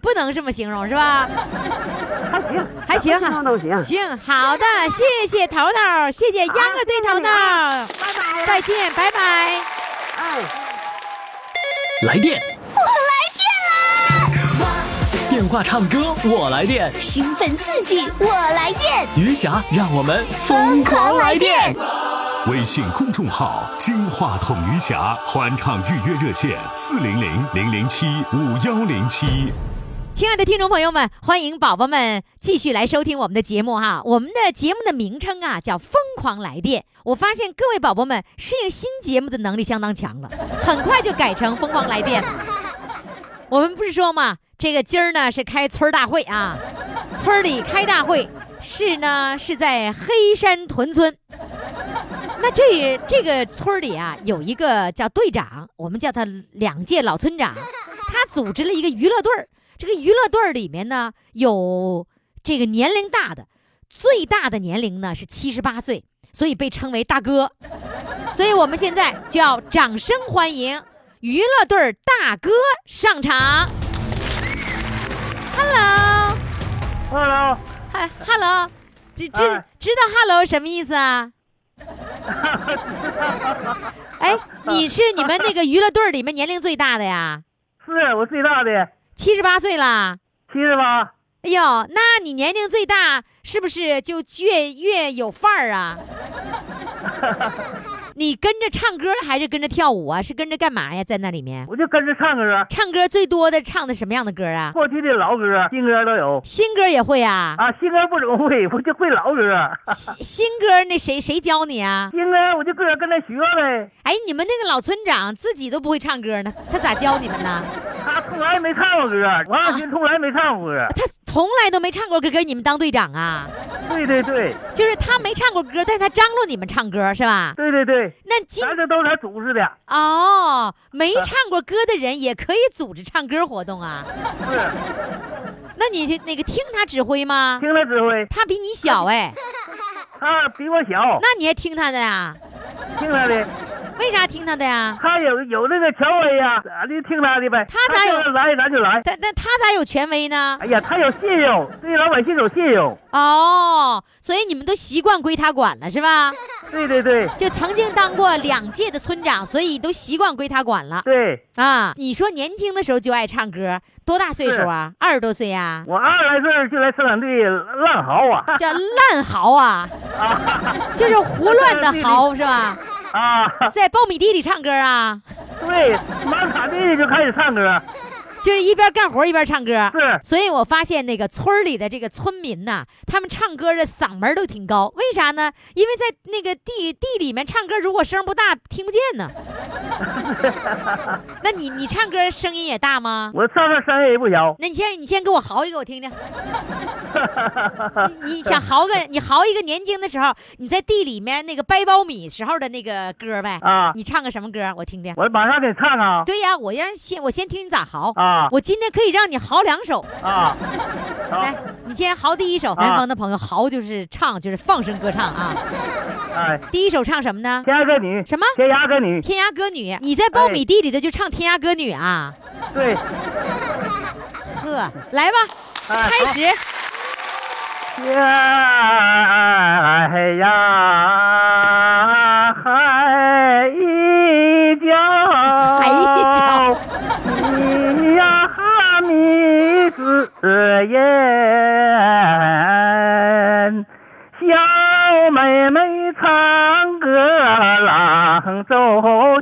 Speaker 1: 不能这么形容是吧？
Speaker 3: 还行，
Speaker 1: 还行啊
Speaker 3: 什 么都行。
Speaker 1: 行，好的，谢谢头头，谢谢秧歌队头头，
Speaker 3: 啊拜拜了，
Speaker 1: 再见，拜拜。
Speaker 3: 哎。
Speaker 2: 来电，电话唱歌我来电，
Speaker 5: 兴奋刺激，我来电，
Speaker 2: 余霞让我们
Speaker 5: 疯狂来电！
Speaker 2: 微信公众号“金话筒余霞”欢唱预约热线：四零零零零七五幺零七。
Speaker 1: 亲爱的听众朋友们，欢迎宝宝们继续来收听我们的节目哈。我们的节目的名称啊叫《疯狂来电》。我发现各位宝宝们适应新节目的能力相当强了，很快就改成《疯狂来电》了。我们不是说嘛，这个今儿呢是开村儿大会啊，村儿里开大会，是呢是在黑山屯村。那这这个村儿里啊，有一个叫队长，我们叫他两届老村长，他组织了一个娱乐队儿。这个娱乐队儿里面呢，有这个年龄大的，最大的年龄呢是七十八岁，所以被称为大哥。所以我们现在就要掌声欢迎娱乐队儿大哥上场。Hello，
Speaker 6: Hello，
Speaker 1: 嗨，Hello，知知
Speaker 6: 哎
Speaker 1: 知道 Hello 什么意思啊？哎，你是你们那个娱乐队儿里面年龄最大的呀？
Speaker 6: 是我最大的，
Speaker 1: 七十八岁啦。
Speaker 6: 七十八，
Speaker 1: 哎呦，那你年龄最大，是不是就越越有范儿啊？你跟着唱歌还是跟着跳舞啊？是跟着干嘛呀？在那里面
Speaker 6: 我就跟着唱歌，
Speaker 1: 唱歌最多的唱的什么样的歌啊？
Speaker 6: 过去的老歌、新歌都有
Speaker 1: 新歌也会 啊？
Speaker 6: 啊。新歌不怎么会，我就会老歌。
Speaker 1: 新新歌那谁谁教你啊？
Speaker 6: 新歌我就个人跟着学呗。
Speaker 1: 哎，你们那个老村长自己都不会唱歌呢，他咋教你们呢？
Speaker 6: 他从来没唱过歌，王小军从来没唱过歌。
Speaker 1: 他从来都没唱过歌，给你们当队长啊？
Speaker 6: 对对对
Speaker 1: 就是他没唱过歌，但他张罗你们唱歌是吧？
Speaker 6: 对对对，
Speaker 1: 那今
Speaker 6: 咱这都是他组织的。
Speaker 1: 哦，没唱过歌的人也可以组织唱歌活动啊？
Speaker 6: 是，
Speaker 1: 那你那个听他指挥吗？
Speaker 6: 听他指挥，
Speaker 1: 他比你小哎，
Speaker 6: 他比我小，
Speaker 1: 那你也听他的呀？
Speaker 6: 听他的。
Speaker 1: 为啥听他的呀？
Speaker 6: 他有有那个权威呀，咱就听他的呗。
Speaker 1: 他咋有
Speaker 6: 叫咱来咱就来。
Speaker 1: 他那他咋有权威呢？
Speaker 6: 哎呀，他有信用，对老百姓有信用。
Speaker 1: 哦，所以你们都习惯归他管了是吧？
Speaker 6: 对对对
Speaker 1: 就曾经当过两届的村长，所以都习惯归他管了
Speaker 6: 对，
Speaker 1: 啊。你说年轻的时候就爱唱歌，多大岁数啊？二十多岁呀、
Speaker 6: 我二十来岁儿就来生产队浪嚎啊
Speaker 1: 叫烂嚎啊，就是胡乱的嚎是吧？
Speaker 6: 啊！
Speaker 1: 在苞米地里唱歌啊，
Speaker 6: 对，满场地就开始唱歌，
Speaker 1: 就是一边干活一边唱歌。
Speaker 6: 是
Speaker 1: 所以我发现那个村儿里的这个村民呐、他们唱歌的嗓门儿都挺高，为啥呢？因为在那个地地里面唱歌，如果声不大，听不见呢。那你你唱歌声音也大吗？
Speaker 6: 我上这声音也不小。
Speaker 1: 那你先你先给我嚎一个，我听听。你你想嚎个你嚎一个年轻的时候，你在地里面那个掰苞米时候的那个歌呗。
Speaker 6: 啊
Speaker 1: 你唱个什么歌？我听听。
Speaker 6: 我马上给你唱啊
Speaker 1: 对呀，我让先我先听你咋嚎。
Speaker 6: 啊
Speaker 1: 我今天可以让你嚎两首，
Speaker 6: 啊！好啊
Speaker 1: 来，你先嚎第一首。南方的朋友，嚎就是唱，就是放声歌唱 啊。
Speaker 6: 哎，
Speaker 1: 第一首唱什么呢？
Speaker 6: 天涯歌女，
Speaker 1: 什么？
Speaker 6: 天涯歌女，
Speaker 1: 天涯歌女。你在苞米
Speaker 6: 哎
Speaker 1: 地里头就唱天涯歌女啊？
Speaker 6: 对，
Speaker 1: 呵，来吧，
Speaker 6: 哎
Speaker 1: 开始。
Speaker 6: 天涯海一角，
Speaker 1: 海一角，
Speaker 6: 你呀哈密子烟，小妹妹唱歌郎奏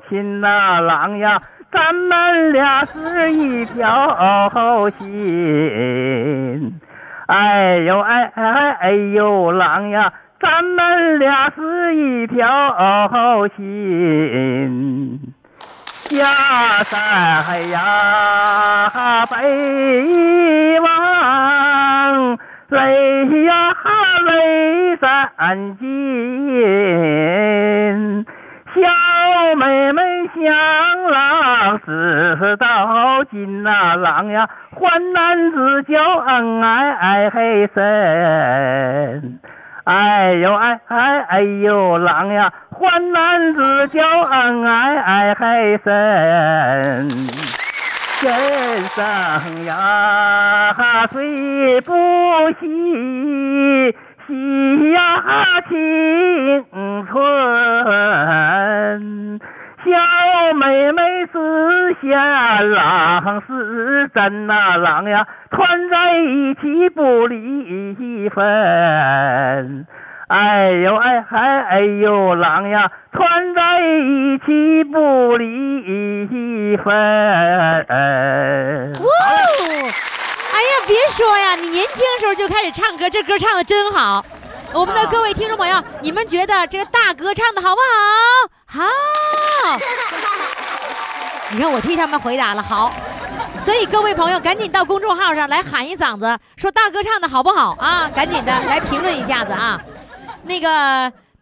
Speaker 6: 琴呐、郎呀，咱们俩是一条心。哎呦哎哎哎呦郎呀，咱们俩是一条心。下山呀，北望，泪呀泪闪尽。小妹妹想郎，直到今呐、郎呀，患难之交恩爱爱黑深。哎呦哎哎哎呦郎呀，患难之交恩爱哎爱还深，人生呀虽不惜，惜呀青春。小妹妹是下郎是真呐、郎呀，团在一起不离分。哎呦哎嗨哎呦郎呀，团在一起不离分。
Speaker 1: 哇哦！哎呀，别说呀，你年轻时候就开始唱歌，这歌唱的真好。我们的各位听众朋友，你们觉得这个大哥唱的好不好？好。你看我替他们回答了好，所以各位朋友赶紧到公众号上来喊一嗓子，说大哥唱的好不好啊？赶紧的来评论一下子啊。那个，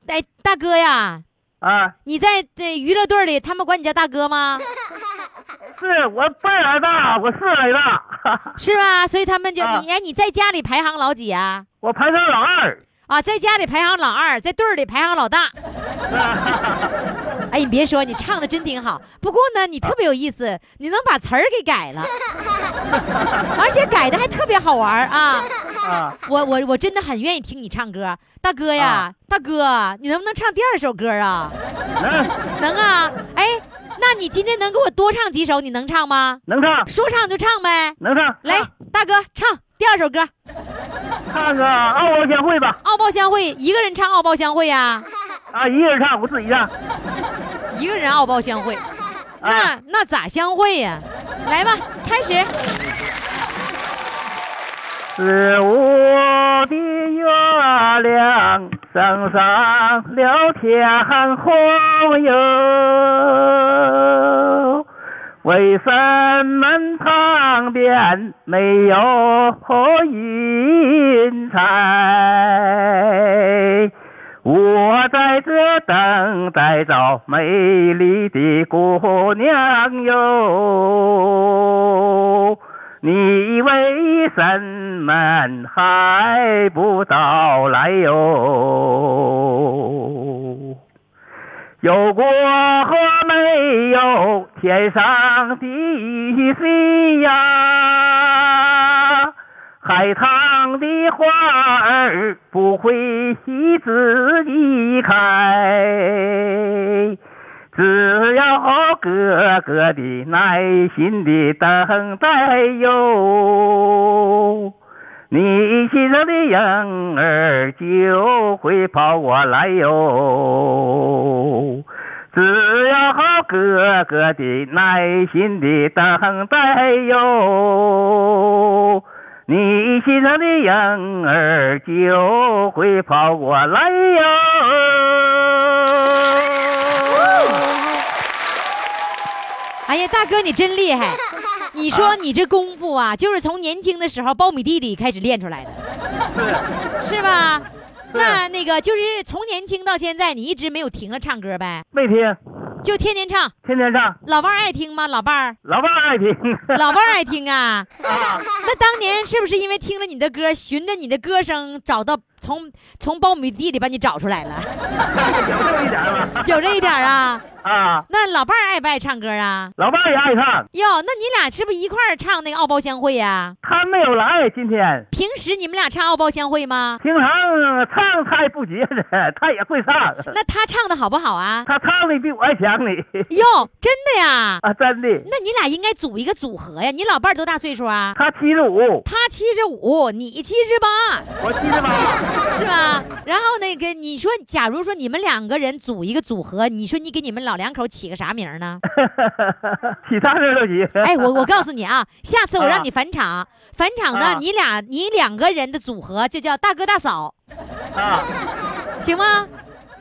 Speaker 1: 哎，大哥呀，
Speaker 6: 啊，
Speaker 1: 你在这娱乐队里，他们管你叫大哥吗？
Speaker 6: 是我辈儿大，我岁儿大，
Speaker 1: 是吧？所以他们就、
Speaker 6: 啊
Speaker 1: 你哎，你在家里排行老几啊？
Speaker 6: 我排行老二。
Speaker 1: 啊，在家里排行老二，在队儿里排行老大。 哎，你别说，你唱的真挺好。不过呢，你特别有意思，你能把词儿给改了，而且改的还特别好玩儿啊！
Speaker 6: 啊，
Speaker 1: 我我我真的很愿意听你唱歌，大哥呀，
Speaker 6: 啊
Speaker 1: 大哥，你能不能唱第二首歌啊？
Speaker 6: 能
Speaker 1: 能啊！哎，那你今天能给我多唱几首？你能唱吗？
Speaker 6: 能唱，
Speaker 1: 说唱就唱呗。
Speaker 6: 能唱。
Speaker 1: 来，大哥唱第二首歌《
Speaker 6: 唱个《傲娇相会》吧。
Speaker 1: 傲抱相会》，一个人唱《傲抱相会》呀、
Speaker 6: 啊，一个人唱，我自己唱。
Speaker 1: 一个人傲抱相会，那那咋相会呀、来吧，开始。
Speaker 6: 是我的月亮升上了天空哟，为什么旁边没有云彩？我在这等待着美丽的姑娘哟，你为什么还不到来哟？有过河没有天上的星呀？海棠的花儿不会自己开，只要哥哥的耐心的等待哟，你心上的婴儿就会跑过来哟。只要哥哥的耐心的等待哟，你心上的婴儿就会跑过来哟。
Speaker 1: 哎呀，大哥你真厉害！你说你这功夫啊，就是从年轻的时候苞米地里开始练出来的，是吧？那那个就是从年轻到现在，你一直没有停了唱歌呗，
Speaker 6: 每天
Speaker 1: 就天天唱。
Speaker 6: 天天唱，
Speaker 1: 老伴儿爱听吗？老伴儿，
Speaker 6: 老伴儿爱听。
Speaker 1: 老伴儿 爱听啊。那当年是不是因为听了你的歌，循着你的歌声找到从从苞米地里把你找出来了？
Speaker 6: 有这么一点儿吧？
Speaker 1: 有这一点儿啊？
Speaker 6: 啊，
Speaker 1: 那老伴儿爱不爱唱歌啊？
Speaker 6: 老伴儿也爱唱，
Speaker 1: 哟，那你俩是不是一块儿唱那个《傲包相会》呀？
Speaker 6: 他没有来，今天
Speaker 1: 平时你们俩唱《傲包相会》吗？
Speaker 6: 平常唱他也不结实，他也会唱，
Speaker 1: 那他唱的好不好啊？
Speaker 6: 他唱的比我还强呢。
Speaker 1: 哟，真的呀？
Speaker 6: 啊，真的，
Speaker 1: 那你俩应该组一个组合呀？你老伴儿多大岁数啊？
Speaker 6: 他七十五，
Speaker 1: 他七十五，你七十八，
Speaker 6: 我七十八。
Speaker 1: 是吧？然后那个，你说，假如说你们两个人组一个组合，你说你给你们老两口起个啥名儿呢？
Speaker 6: 起啥事儿都行。
Speaker 1: 哎，我我告诉你啊，下次我让
Speaker 6: 啊
Speaker 1: 你返场，返场呢，
Speaker 6: 啊
Speaker 1: 你俩你两个人的组合就叫大哥大嫂，
Speaker 6: 啊，
Speaker 1: 行吗？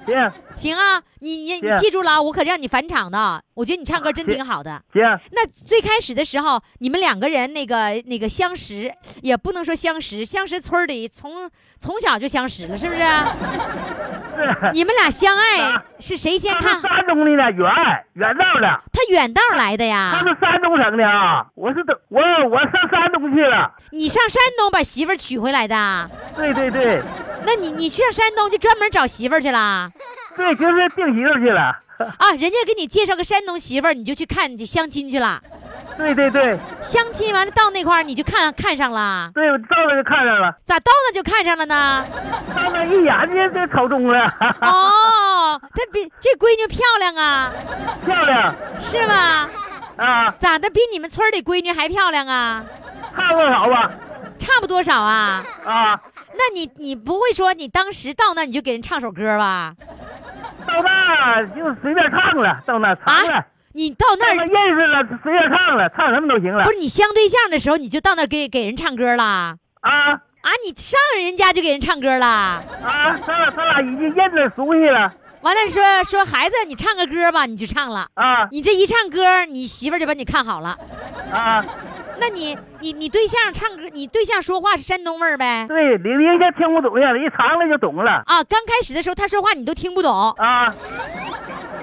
Speaker 6: 行
Speaker 1: 行啊，你你你
Speaker 6: 是啊
Speaker 1: 记住了啊，我可让你返场的。我觉得你唱歌真挺好的。
Speaker 6: 行，
Speaker 1: 那最开始的时候，你们两个人那个那个相识，也不能说相识，相识村儿里从从小就相识了，是不是？啊
Speaker 6: 是。
Speaker 1: 你们俩相爱
Speaker 6: 啊
Speaker 1: 是谁先啊
Speaker 6: 他
Speaker 1: 看
Speaker 6: 是？山东的呢，远远道的，
Speaker 1: 他远道来的呀
Speaker 6: 他。是山东省的啊。我是都我我上山东去了。
Speaker 1: 你上山东把媳妇儿娶回来的啊，
Speaker 6: 对对对，
Speaker 1: 那你你去上山东就专门找媳妇儿去啦？
Speaker 6: 对，就是定媳妇去了。
Speaker 1: 啊，人家给你介绍个山东媳妇儿，你就去看，你就相亲去了。
Speaker 6: 对对对
Speaker 1: 相亲完了到那块儿你就看看上了，
Speaker 6: 对，我到那就看上了，
Speaker 1: 咋到那就看上了呢？
Speaker 6: 到那一眼就就瞅中了，
Speaker 1: 哦，她比这闺女漂亮啊，
Speaker 6: 漂亮
Speaker 1: 是吧？
Speaker 6: 啊，
Speaker 1: 咋的，比你们村儿里闺女还漂亮啊？
Speaker 6: 差不多少吧？
Speaker 1: 差不多少啊？
Speaker 6: 啊，
Speaker 1: 那你你不会说你当时到那你就给人唱首歌吧？
Speaker 6: 到那就随便唱了，到那唱了，
Speaker 1: 啊，你到那
Speaker 6: 到那
Speaker 1: 儿
Speaker 6: 认识了随便唱了，唱什么都行了
Speaker 1: 不是你相对象的时候，你就到那儿给给人唱歌啦？
Speaker 6: 啊
Speaker 1: 啊，你上人家就给人唱歌啦？
Speaker 6: 啊！咱俩咱俩已经认了熟悉了
Speaker 1: 完了说说孩子，你唱个歌吧，你就唱了。
Speaker 6: 啊
Speaker 1: 你这一唱歌，你媳妇儿就把你看好了。
Speaker 6: 啊！
Speaker 1: 那你你你对象唱歌，你对象说话是山东味儿呗？
Speaker 6: 对，玲玲家听不懂呀，一尝了就懂了
Speaker 1: 啊，刚开始的时候他说话你都听不懂，
Speaker 6: 啊。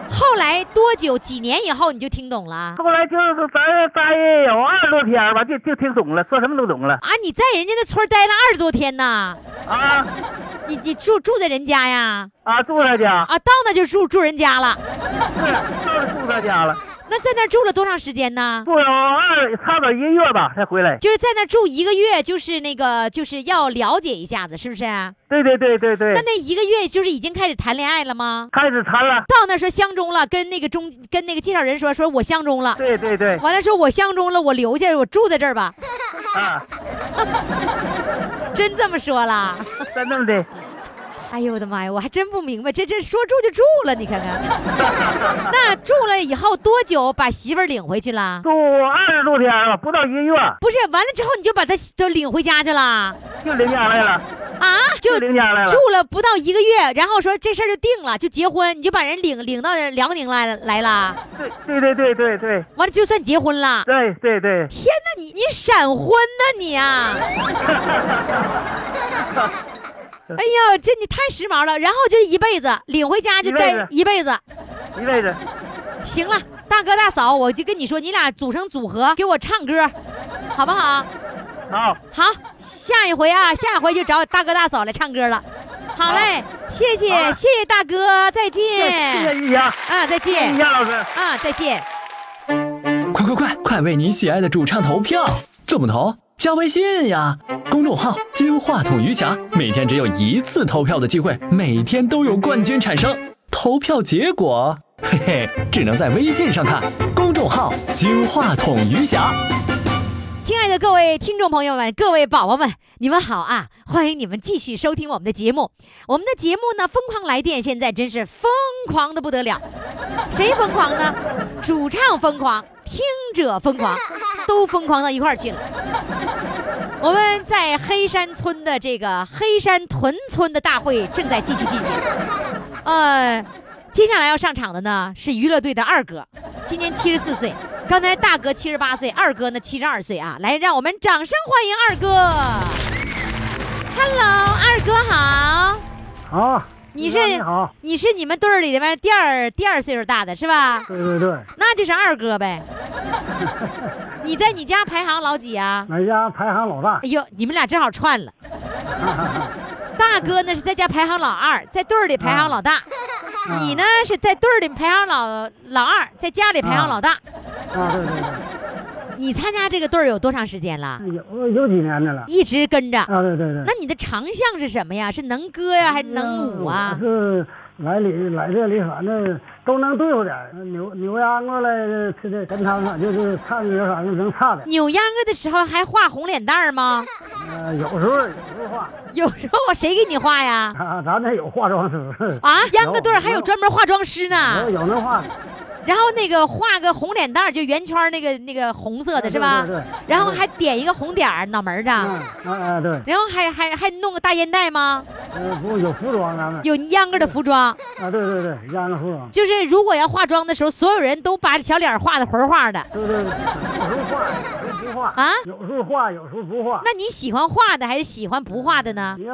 Speaker 1: 后来多久几年以后你就听懂了？
Speaker 6: 后来就是咱待有二十多天儿吧，就就听懂了，说什么都懂了
Speaker 1: 啊，你在人家那村儿待了二十多天呐，
Speaker 6: 啊
Speaker 1: 你你住住在人家呀？
Speaker 6: 啊！住他家，
Speaker 1: 啊，到那就住住人家了。
Speaker 6: 是到了住他家了，
Speaker 1: 那在那儿住了多长时间呢？
Speaker 6: 住了二差不多一个月吧才回来。
Speaker 1: 就是在那儿住一个月，就是那个就是要了解一下子，是不是啊？
Speaker 6: 对对对对对
Speaker 1: 那，那一个月就是已经开始谈恋爱了吗？
Speaker 6: 开始谈了。
Speaker 1: 到那儿说相中了，跟那个中跟那个介绍人说说我相中了，
Speaker 6: 对对对
Speaker 1: 完了说我相中了，我留下我住在这儿吧，
Speaker 6: 啊，
Speaker 1: 真这么说了？
Speaker 6: 咱这么 的，
Speaker 1: 哎呦我的妈呀，我还真不明白，这这说住就住了，你看看。那住了以后多久把媳妇儿领回去了？
Speaker 6: 住二十多天儿吧，不到一个月
Speaker 1: 不是，完了之后你就把她都领回家去了啊？
Speaker 6: 就领家来了，
Speaker 1: 就
Speaker 6: 就领家来了。
Speaker 1: 住了不到一个月，然后说这事儿就定了，就结婚，你就把人领领到辽宁来了来了，
Speaker 6: 对对对对对
Speaker 1: 完了就算结婚了。
Speaker 6: 对对对，
Speaker 1: 天哪，你你闪婚呐你啊！哎呦，这你太时髦了。然后就是一辈子领回家就待一辈子。
Speaker 6: 一辈子
Speaker 1: 行了，大哥大嫂，我就跟你说，你俩组成组合给我唱歌，好不好？
Speaker 6: 好，
Speaker 1: 好，下一回啊，下一回就找大哥大嫂来唱歌了。好嘞，谢谢、
Speaker 6: 好
Speaker 1: 谢谢大哥，再
Speaker 6: 谢谢
Speaker 1: 见。
Speaker 6: 玉霞，
Speaker 1: 啊，再
Speaker 6: 玉
Speaker 1: 见。
Speaker 6: 霞老师。
Speaker 1: 啊，再见。
Speaker 2: 快快快，快为你喜爱的主唱投票！怎么投？加微信呀，公众号“金话筒余霞”，每天只有一次投票的机会，每天都有冠军产生。投票结果，嘿嘿，只能在微信上看。公众号“金话筒余霞”。
Speaker 1: 亲爱的各位听众朋友们，各位宝宝们，你们好啊！欢迎你们继续收听我们的节目。我们的节目呢，《疯狂来电》现在真是疯狂的不得了，谁疯狂呢？主唱疯狂，听者疯狂，都疯狂到一块儿去了。我们在黑山村的这个黑山屯村的大会正在继续进行。呃，接下来要上场的呢是娱乐队的二哥，今年七十四岁。刚才大哥七十八岁，二哥呢七十二岁啊！来，让我们掌声欢迎二哥。Hello，二哥好，
Speaker 6: 好，
Speaker 1: 你
Speaker 6: 玉霞
Speaker 1: 是
Speaker 6: 你好，
Speaker 1: 你是你们队儿里的吧？第二第二岁数大的是吧？
Speaker 6: 对对对，
Speaker 1: 那就是二哥呗。你在你家排行老几啊？
Speaker 6: 俺家排行老大
Speaker 1: 哎，呦，你们俩正好串了。大哥呢是在家排行老二，在队儿里排行老大。你呢是在队儿里排行老老二，在家里排行
Speaker 6: 啊
Speaker 1: 老大。
Speaker 6: 啊，对对对，
Speaker 1: 你参加这个队儿有多长时间了？
Speaker 6: 有有几年的了，
Speaker 1: 一直跟着。
Speaker 6: 啊，对对对
Speaker 1: 那。你的长项是什么呀？是能歌呀、还是能舞啊
Speaker 6: 嗯我？是来里来这里，反正都能对付点儿扭扭秧歌来，这这跟他们就是唱歌，反正能唱点
Speaker 1: 扭秧歌的时候还画红脸蛋儿 吗？
Speaker 6: 儿。呃，有时候有时候化
Speaker 1: 有时候谁给你画呀？
Speaker 6: 啊，咱这有化妆师
Speaker 1: 啊，秧歌队儿还有
Speaker 6: 有
Speaker 1: 专门化妆师
Speaker 6: 有
Speaker 1: 呢。
Speaker 6: 有能化的，
Speaker 1: 然后那个画个红脸蛋儿，就圆圈儿那个那个红色的是吧
Speaker 6: 对对对？
Speaker 1: 然后还点一个红点儿脑门儿
Speaker 6: 嗯
Speaker 1: 上，
Speaker 6: 啊啊对，
Speaker 1: 然后还还还弄个大烟袋吗？
Speaker 6: 呃不有服装咱们
Speaker 1: 有秧歌的服装，
Speaker 6: 啊对对对，秧歌服装，
Speaker 1: 就是如果要化妆的时候，所有人都把小脸儿画的魂儿画的。
Speaker 6: 对对对，有时候化有时候不化
Speaker 1: 啊
Speaker 6: 有时候化有时候不化。
Speaker 1: 那你喜欢画的还是喜欢不画的呢？
Speaker 6: 你要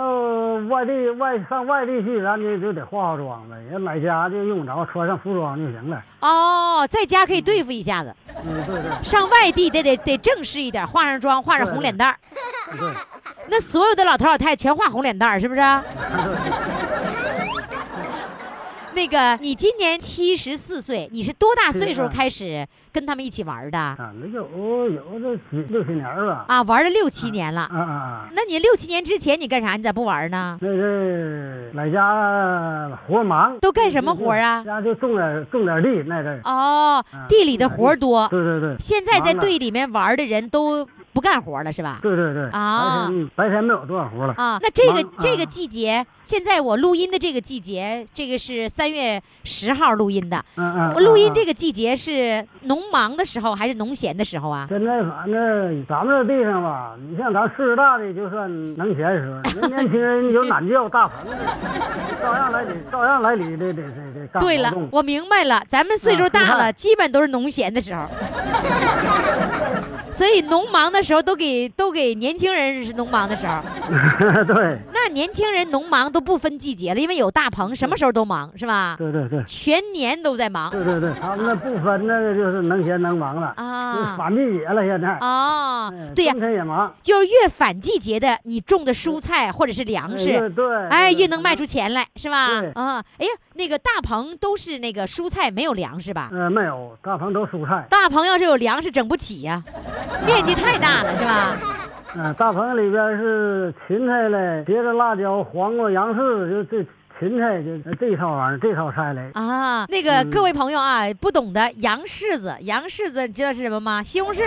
Speaker 6: 外地外上外地去，咱就就得化化妆呗。人来家就用不着穿上服装就行了。
Speaker 1: 哦，在家可以对付一下子。
Speaker 6: 嗯，对对
Speaker 1: 上外地得得得正式一点，化上妆，画上红脸蛋儿。
Speaker 6: 对。
Speaker 1: 那所有的老头老太太全画红脸蛋儿， 是不是？那个，你今年七十四岁，你是多大岁数
Speaker 6: 嗯
Speaker 1: 开始跟他们一起玩的？
Speaker 6: 啊，那有有这几六七年儿吧。
Speaker 1: 啊，玩了六七年了。
Speaker 6: 啊啊啊！
Speaker 1: 那你六七年之前你干啥？你咋不玩呢？
Speaker 6: 那是在家活忙。
Speaker 1: 都干什么活啊
Speaker 6: 家就种点种点地那阵儿。
Speaker 1: 哦
Speaker 6: 啊，
Speaker 1: 地里的活儿多，
Speaker 6: 对对对。
Speaker 1: 现在在
Speaker 6: 忙了
Speaker 1: 队里面玩的人都不干活了是吧？
Speaker 6: 对对对，
Speaker 1: 啊
Speaker 6: 白天白天没有多少活了。
Speaker 1: 啊，那这个、
Speaker 6: 忙
Speaker 1: 这个
Speaker 6: 啊
Speaker 1: 季节，现在我录音的这个季节，这个是三月十号录音的。
Speaker 6: 嗯嗯，
Speaker 1: 我录音
Speaker 6: 嗯
Speaker 1: 这个季节是农忙的时候还是农闲的时候啊？
Speaker 6: 现在反正咱们这地方吧，你像咱岁数大的就算能闲时候，那年轻人有懒觉有大棚子，照样来理，照样来理得得得得干
Speaker 1: 对
Speaker 6: 活
Speaker 1: 了
Speaker 6: 动，
Speaker 1: 我明白了，咱们岁数
Speaker 6: 啊
Speaker 1: 大
Speaker 6: 你
Speaker 1: 了，
Speaker 6: 看
Speaker 1: 基本都是农闲的时 候。所以农忙的时候都给都给年轻人是农忙的时候，
Speaker 6: 对
Speaker 1: 那年轻人农忙都不分季节了，因为有大棚，什么时候都忙是吧？
Speaker 6: 对对对
Speaker 1: 全年都在忙
Speaker 6: 对对对，他们那不分那个就是能闲能忙了，就是
Speaker 1: 啊
Speaker 6: 反季节了现在。
Speaker 1: 啊
Speaker 6: 嗯，
Speaker 1: 对呀
Speaker 6: 冬，天也忙，
Speaker 1: 就是越反季节的，你种的
Speaker 6: 嗯
Speaker 1: 蔬菜或者是粮
Speaker 6: 哎
Speaker 1: 食，
Speaker 6: 对对，
Speaker 1: 哎，
Speaker 6: 对
Speaker 1: 越能卖。出钱来是吧
Speaker 6: 嗯对？
Speaker 1: 啊，哎呀，那个大棚都是那个蔬菜，没有粮食吧？
Speaker 6: 呃，没有，大棚都蔬菜，
Speaker 1: 大棚要是有粮食，整不起呀、面积太大了是吧？
Speaker 6: 嗯，大棚里边是芹菜嘞，别的辣椒、黄瓜、洋柿，就这芹菜就呃这套玩意儿，这套菜嘞。
Speaker 1: 啊，那个
Speaker 6: 嗯
Speaker 1: 各位朋友啊，不懂的洋柿子，洋柿子你知道是什么吗？西红 柿，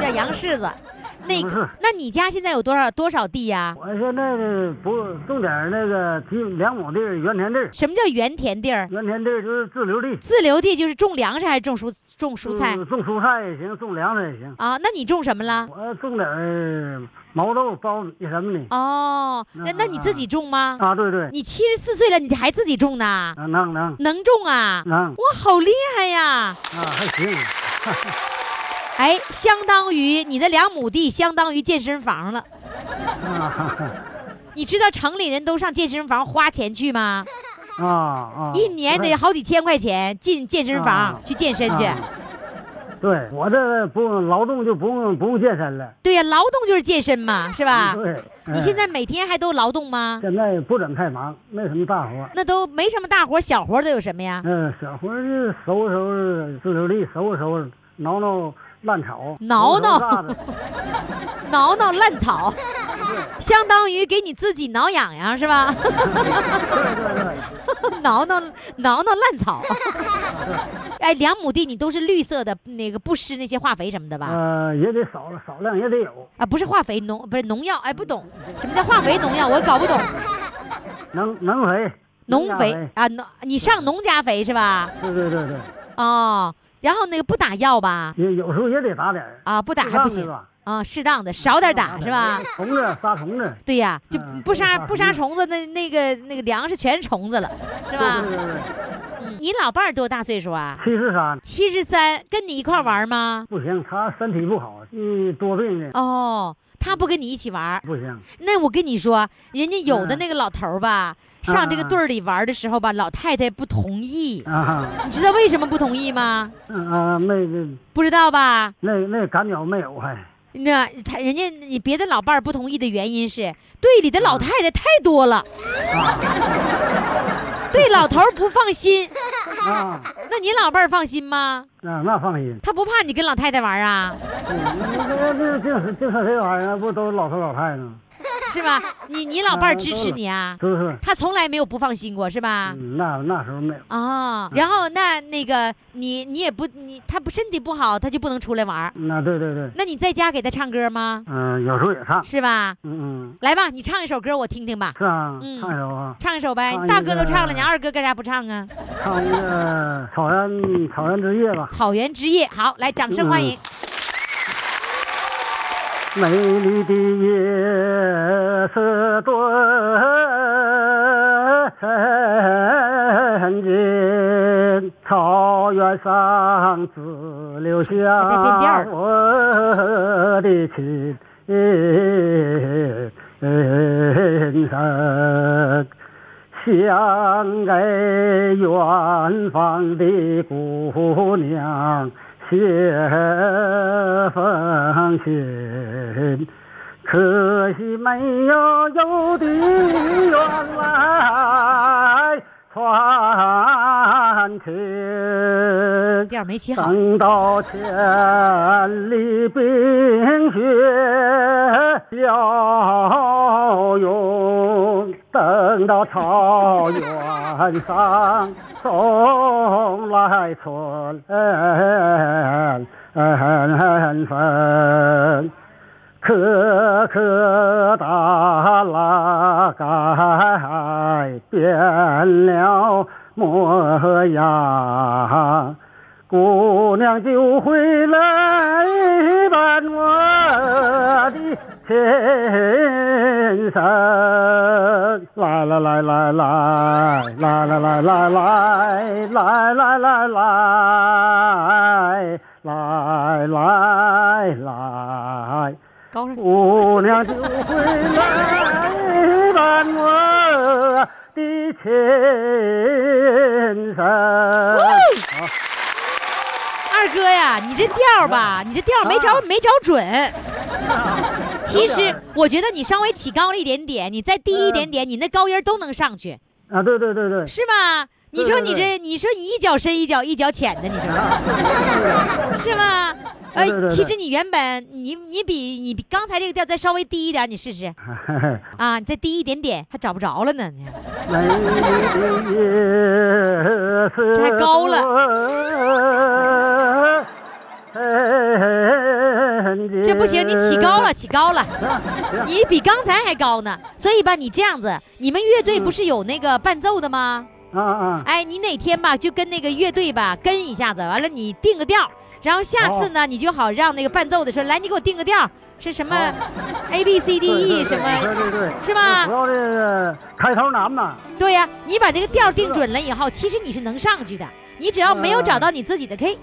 Speaker 1: 叫洋柿子。那
Speaker 6: 不是
Speaker 1: 个，那你家现在有多少多少地呀、
Speaker 6: 我现在呢不种点儿那个几两亩地儿原田地儿，
Speaker 1: 什么叫原田地儿？
Speaker 6: 原田地儿就是自留地，
Speaker 1: 自留地就是种粮食还是种蔬种蔬菜、
Speaker 6: 嗯种蔬菜也行，种粮食也行。
Speaker 1: 啊？那你种什么了？
Speaker 6: 我种点儿毛豆、苞米什么的。
Speaker 1: 哦，那那你自己种吗？
Speaker 6: 啊，对对，
Speaker 1: 哦你七十四岁了，你还自己种呢？
Speaker 6: 能能能
Speaker 1: 能种啊？
Speaker 6: 能
Speaker 1: 哇，好厉害呀！
Speaker 6: 啊，还行。
Speaker 1: 哎，相当于你的两亩地相当于健身房了。你知道城里人都上健身房花钱去吗？
Speaker 6: 啊啊！
Speaker 1: 一年得好几千块钱进健身房
Speaker 6: 啊
Speaker 1: 去健身去。
Speaker 6: 啊对我这不用劳动就不用不用健身了。
Speaker 1: 对呀、劳动就是健身嘛，是吧？
Speaker 6: 对，
Speaker 1: 你
Speaker 6: 哎
Speaker 1: 现在每天还都劳动吗？
Speaker 6: 现在也不怎么太忙，没什么大活儿。
Speaker 1: 那都没什么大活小活都有什么呀？
Speaker 6: 嗯，小活儿就收拾收拾自留地，收拾收拾，挠挠烂草，
Speaker 1: 挠挠
Speaker 6: 收拾收拾栅子
Speaker 1: 挠挠烂 草，相当于给你自己挠痒痒是吧？ 挠挠挠挠烂 草。哎，两亩地你都是绿色的，那个不施那些化肥什么的吧？
Speaker 6: 呃，也得少了少量也得有，
Speaker 1: 啊，不是化肥农，不是农药，哎，不懂什么叫化肥农药，我搞不懂。
Speaker 6: 能能肥，
Speaker 1: 农
Speaker 6: 家
Speaker 1: 肥，啊，农你上农家肥是吧？
Speaker 6: 对对对对，
Speaker 1: 哦，然后那个不打药吧？
Speaker 6: 也有时候也得打点儿，
Speaker 1: 啊，不打还不行
Speaker 6: 吧？
Speaker 1: 啊，适当的少点打
Speaker 6: 点
Speaker 1: 是
Speaker 6: 儿
Speaker 1: 吧？？
Speaker 6: 虫子杀虫子，
Speaker 1: 对呀，就
Speaker 6: 嗯
Speaker 1: 不
Speaker 6: 不杀
Speaker 1: 杀不杀
Speaker 6: 虫
Speaker 1: 虫
Speaker 6: 子
Speaker 1: 子，那那个那个粮食全是虫子了，是吧？
Speaker 6: 对对对对，
Speaker 1: 嗯你老伴儿多大岁数啊？
Speaker 6: 七十三
Speaker 1: 七十三，跟你一块儿玩吗？
Speaker 6: 不行，他身体不好，嗯，多病的
Speaker 1: 哦，他不跟你一起玩儿。
Speaker 6: 不行，
Speaker 1: 那我跟你说，人家有的
Speaker 6: 嗯
Speaker 1: 那个老头儿吧，上这个队儿里玩儿的时候吧，老太太不同意。
Speaker 6: 啊
Speaker 1: 你知道为什么不同意吗？
Speaker 6: 嗯啊，那个
Speaker 1: 不知道吧？
Speaker 6: 那那赶脚没有还，
Speaker 1: 那他人家你别的老伴儿不同意的原因是队里的老太太太多了，对老头儿不放心。
Speaker 6: 啊
Speaker 1: 那你老伴儿放心吗？
Speaker 6: 啊，那放心。
Speaker 1: 他不怕你跟老太太玩儿啊，
Speaker 6: 那这这这这是谁玩意儿？不都是老头老太太吗？
Speaker 1: 是吧？你你老伴儿
Speaker 6: 嗯
Speaker 1: 支
Speaker 6: 都
Speaker 1: 持
Speaker 6: 是
Speaker 1: 你啊？
Speaker 6: 是不 是？
Speaker 1: 他从来没有不放心过，是吧？
Speaker 6: 嗯，那那时候没有。
Speaker 1: 啊、然后那那个你你也不你他不身体不好，他就不能出来玩儿。
Speaker 6: 那对对对，
Speaker 1: 那你在家给他唱歌吗？
Speaker 6: 嗯、有时候也唱。
Speaker 1: 是吧？
Speaker 6: 嗯嗯，
Speaker 1: 来吧，你唱一首歌我听听吧，
Speaker 6: 是啊，
Speaker 1: 嗯
Speaker 6: 唱一首啊，
Speaker 1: 唱一首呗。
Speaker 6: 唱
Speaker 1: 你
Speaker 6: 一
Speaker 1: 大哥都
Speaker 6: 个
Speaker 1: 唱了，你二哥干啥不唱啊？
Speaker 6: 唱一个《草原草原之夜》吧。
Speaker 1: 草原之夜，好，来掌声欢
Speaker 6: 嗯
Speaker 1: 迎。
Speaker 6: 美丽的夜色多深静，草原上只留下
Speaker 1: 我在变调儿
Speaker 6: 我的琴声。想给远方的姑娘写封信，可惜没有邮递员来传情。
Speaker 1: 调儿没起好，
Speaker 6: 等到千里冰雪消融，等到草原上送来春风。可可达拉改变了模样，姑娘就会来伴我的前生。来来来来来来来来来来来来来来来来来。
Speaker 1: 高上去，
Speaker 6: 姑娘就会来伴我的前生。
Speaker 1: 二哥呀，你这调
Speaker 6: 啊
Speaker 1: 吧，你这调没找没找准。其实我觉得你稍微起高了一点点，你再低一点点，你那高音儿都能上去，
Speaker 6: 啊，对对对对，
Speaker 1: 是吧？你说你
Speaker 6: 对
Speaker 1: 这，你说你一脚深一脚一脚浅的，你说是吧？
Speaker 6: 对对
Speaker 1: 呃，
Speaker 6: 对
Speaker 1: 其实你原本你你比你比刚才这个调再稍微低一点，你试试啊，你再低一点点，还找不着了呢。你看
Speaker 6: 没意思。
Speaker 1: 这还高
Speaker 6: 了。
Speaker 1: 这不行，你起高了，起高了，你比刚才还高呢。所以吧，你这样子，你们乐队不是有那个伴奏的吗？
Speaker 6: 啊啊！
Speaker 1: 哎，你哪天吧就跟那个乐队吧跟一下子，完了你定个调，然后下次呢你就好让那个伴奏的说，来你给我定个调，是什么 A B C D
Speaker 6: 对
Speaker 1: E
Speaker 6: 对
Speaker 1: 什
Speaker 6: 对
Speaker 1: 么，
Speaker 6: 对对，
Speaker 1: 是吧
Speaker 6: 不要这个开头难嘛。
Speaker 1: 对呀、你把这个调定准了以后，其实你是能上去的，你只要没有找到你自己的 K，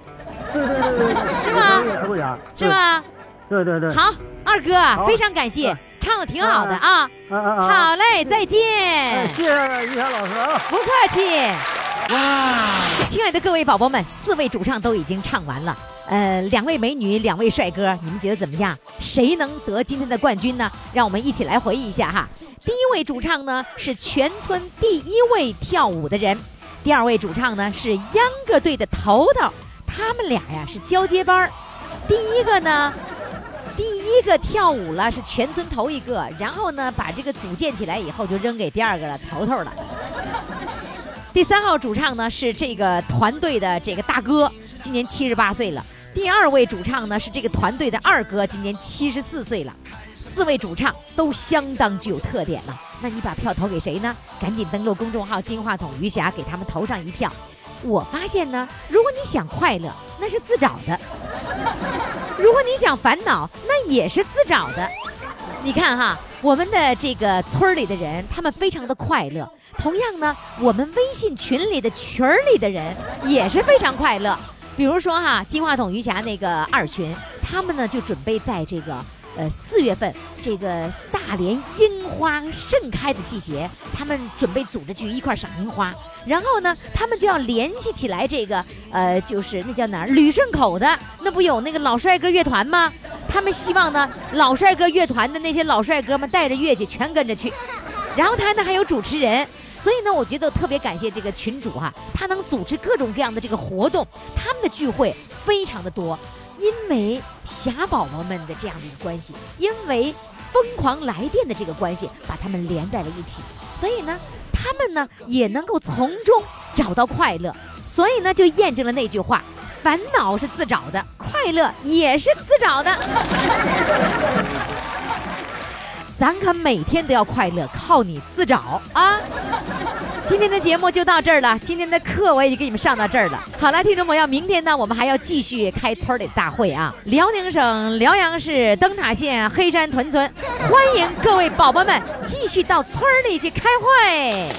Speaker 6: 对对对对对，
Speaker 1: 是吧
Speaker 6: 是哎不假，
Speaker 1: 是？吧？
Speaker 6: 对对对，
Speaker 1: 好，二哥啊
Speaker 6: 好
Speaker 1: 非常感谢
Speaker 6: 是，
Speaker 1: 唱的挺好的啊，
Speaker 6: 啊啊啊！
Speaker 1: 好嘞，再
Speaker 6: 哎，
Speaker 1: 见。
Speaker 6: 谢谢于霞老师啊。
Speaker 1: 不客气。哇！亲爱的各位宝宝们，四位主唱都已经唱完了，呃，两位美女，两位帅哥，你们觉得怎么样？谁能得今天的冠军呢？让我们一起来回忆一下哈。第一位主唱呢是全村第一位跳舞的人，第二位主唱呢是秧歌队的头头，他们俩呀是交接班儿。第一个呢，第一个跳舞了是全村头一个，然后呢把这个组建起来以后就扔给第二个了头头了。第三号主唱呢是这个团队的这个大哥，今年七十八岁了。第二位主唱呢是这个团队的二哥，今年七十四岁了。四位主唱都相当具有特点了。那你把票投给谁呢？赶紧登录公众号“金话筒余霞”，给他们投上一票。我发现呢，如果你想快乐， 那是自找的；如果你想烦恼，那也是自找的。你看哈，我们的这个村儿里的人，他们非常的快乐。同样呢，我们微信群里的群儿里的人也是非常快乐。比如说哈，金话筒余霞那个二群，他们呢就准备在这个呃四月份，这个大连樱花盛开的季节，他们准备组织去一块儿赏樱花。然后呢，他们就要联系起来这个呃，就是那叫哪儿旅顺口的，那不有那个老帅哥乐团吗？他们希望呢，老帅哥乐团的那些老帅哥们带着乐器全跟着去，然后他呢还有主持人。所以呢，我觉得特别感谢这个群主哈、他能组织各种各样的这个活动，他们的聚会非常的多，因为霞宝宝们的这样的一个关系，因为疯狂来电的这个关系，把他们连在了一起。所以呢，他们呢也能够从中找到快乐。所以呢，就验证了那句话：烦恼是自找的，快乐也是自找的。咱可每天都要快乐，靠你自找啊！今天的节目就到这儿了，今天的课我也就给你们上到这儿了。好了，听众朋友，明天呢，我们还要继续开村儿里的大会啊！辽宁省辽阳市灯塔县黑山屯村，欢迎各位宝宝们继续到村儿里去开会。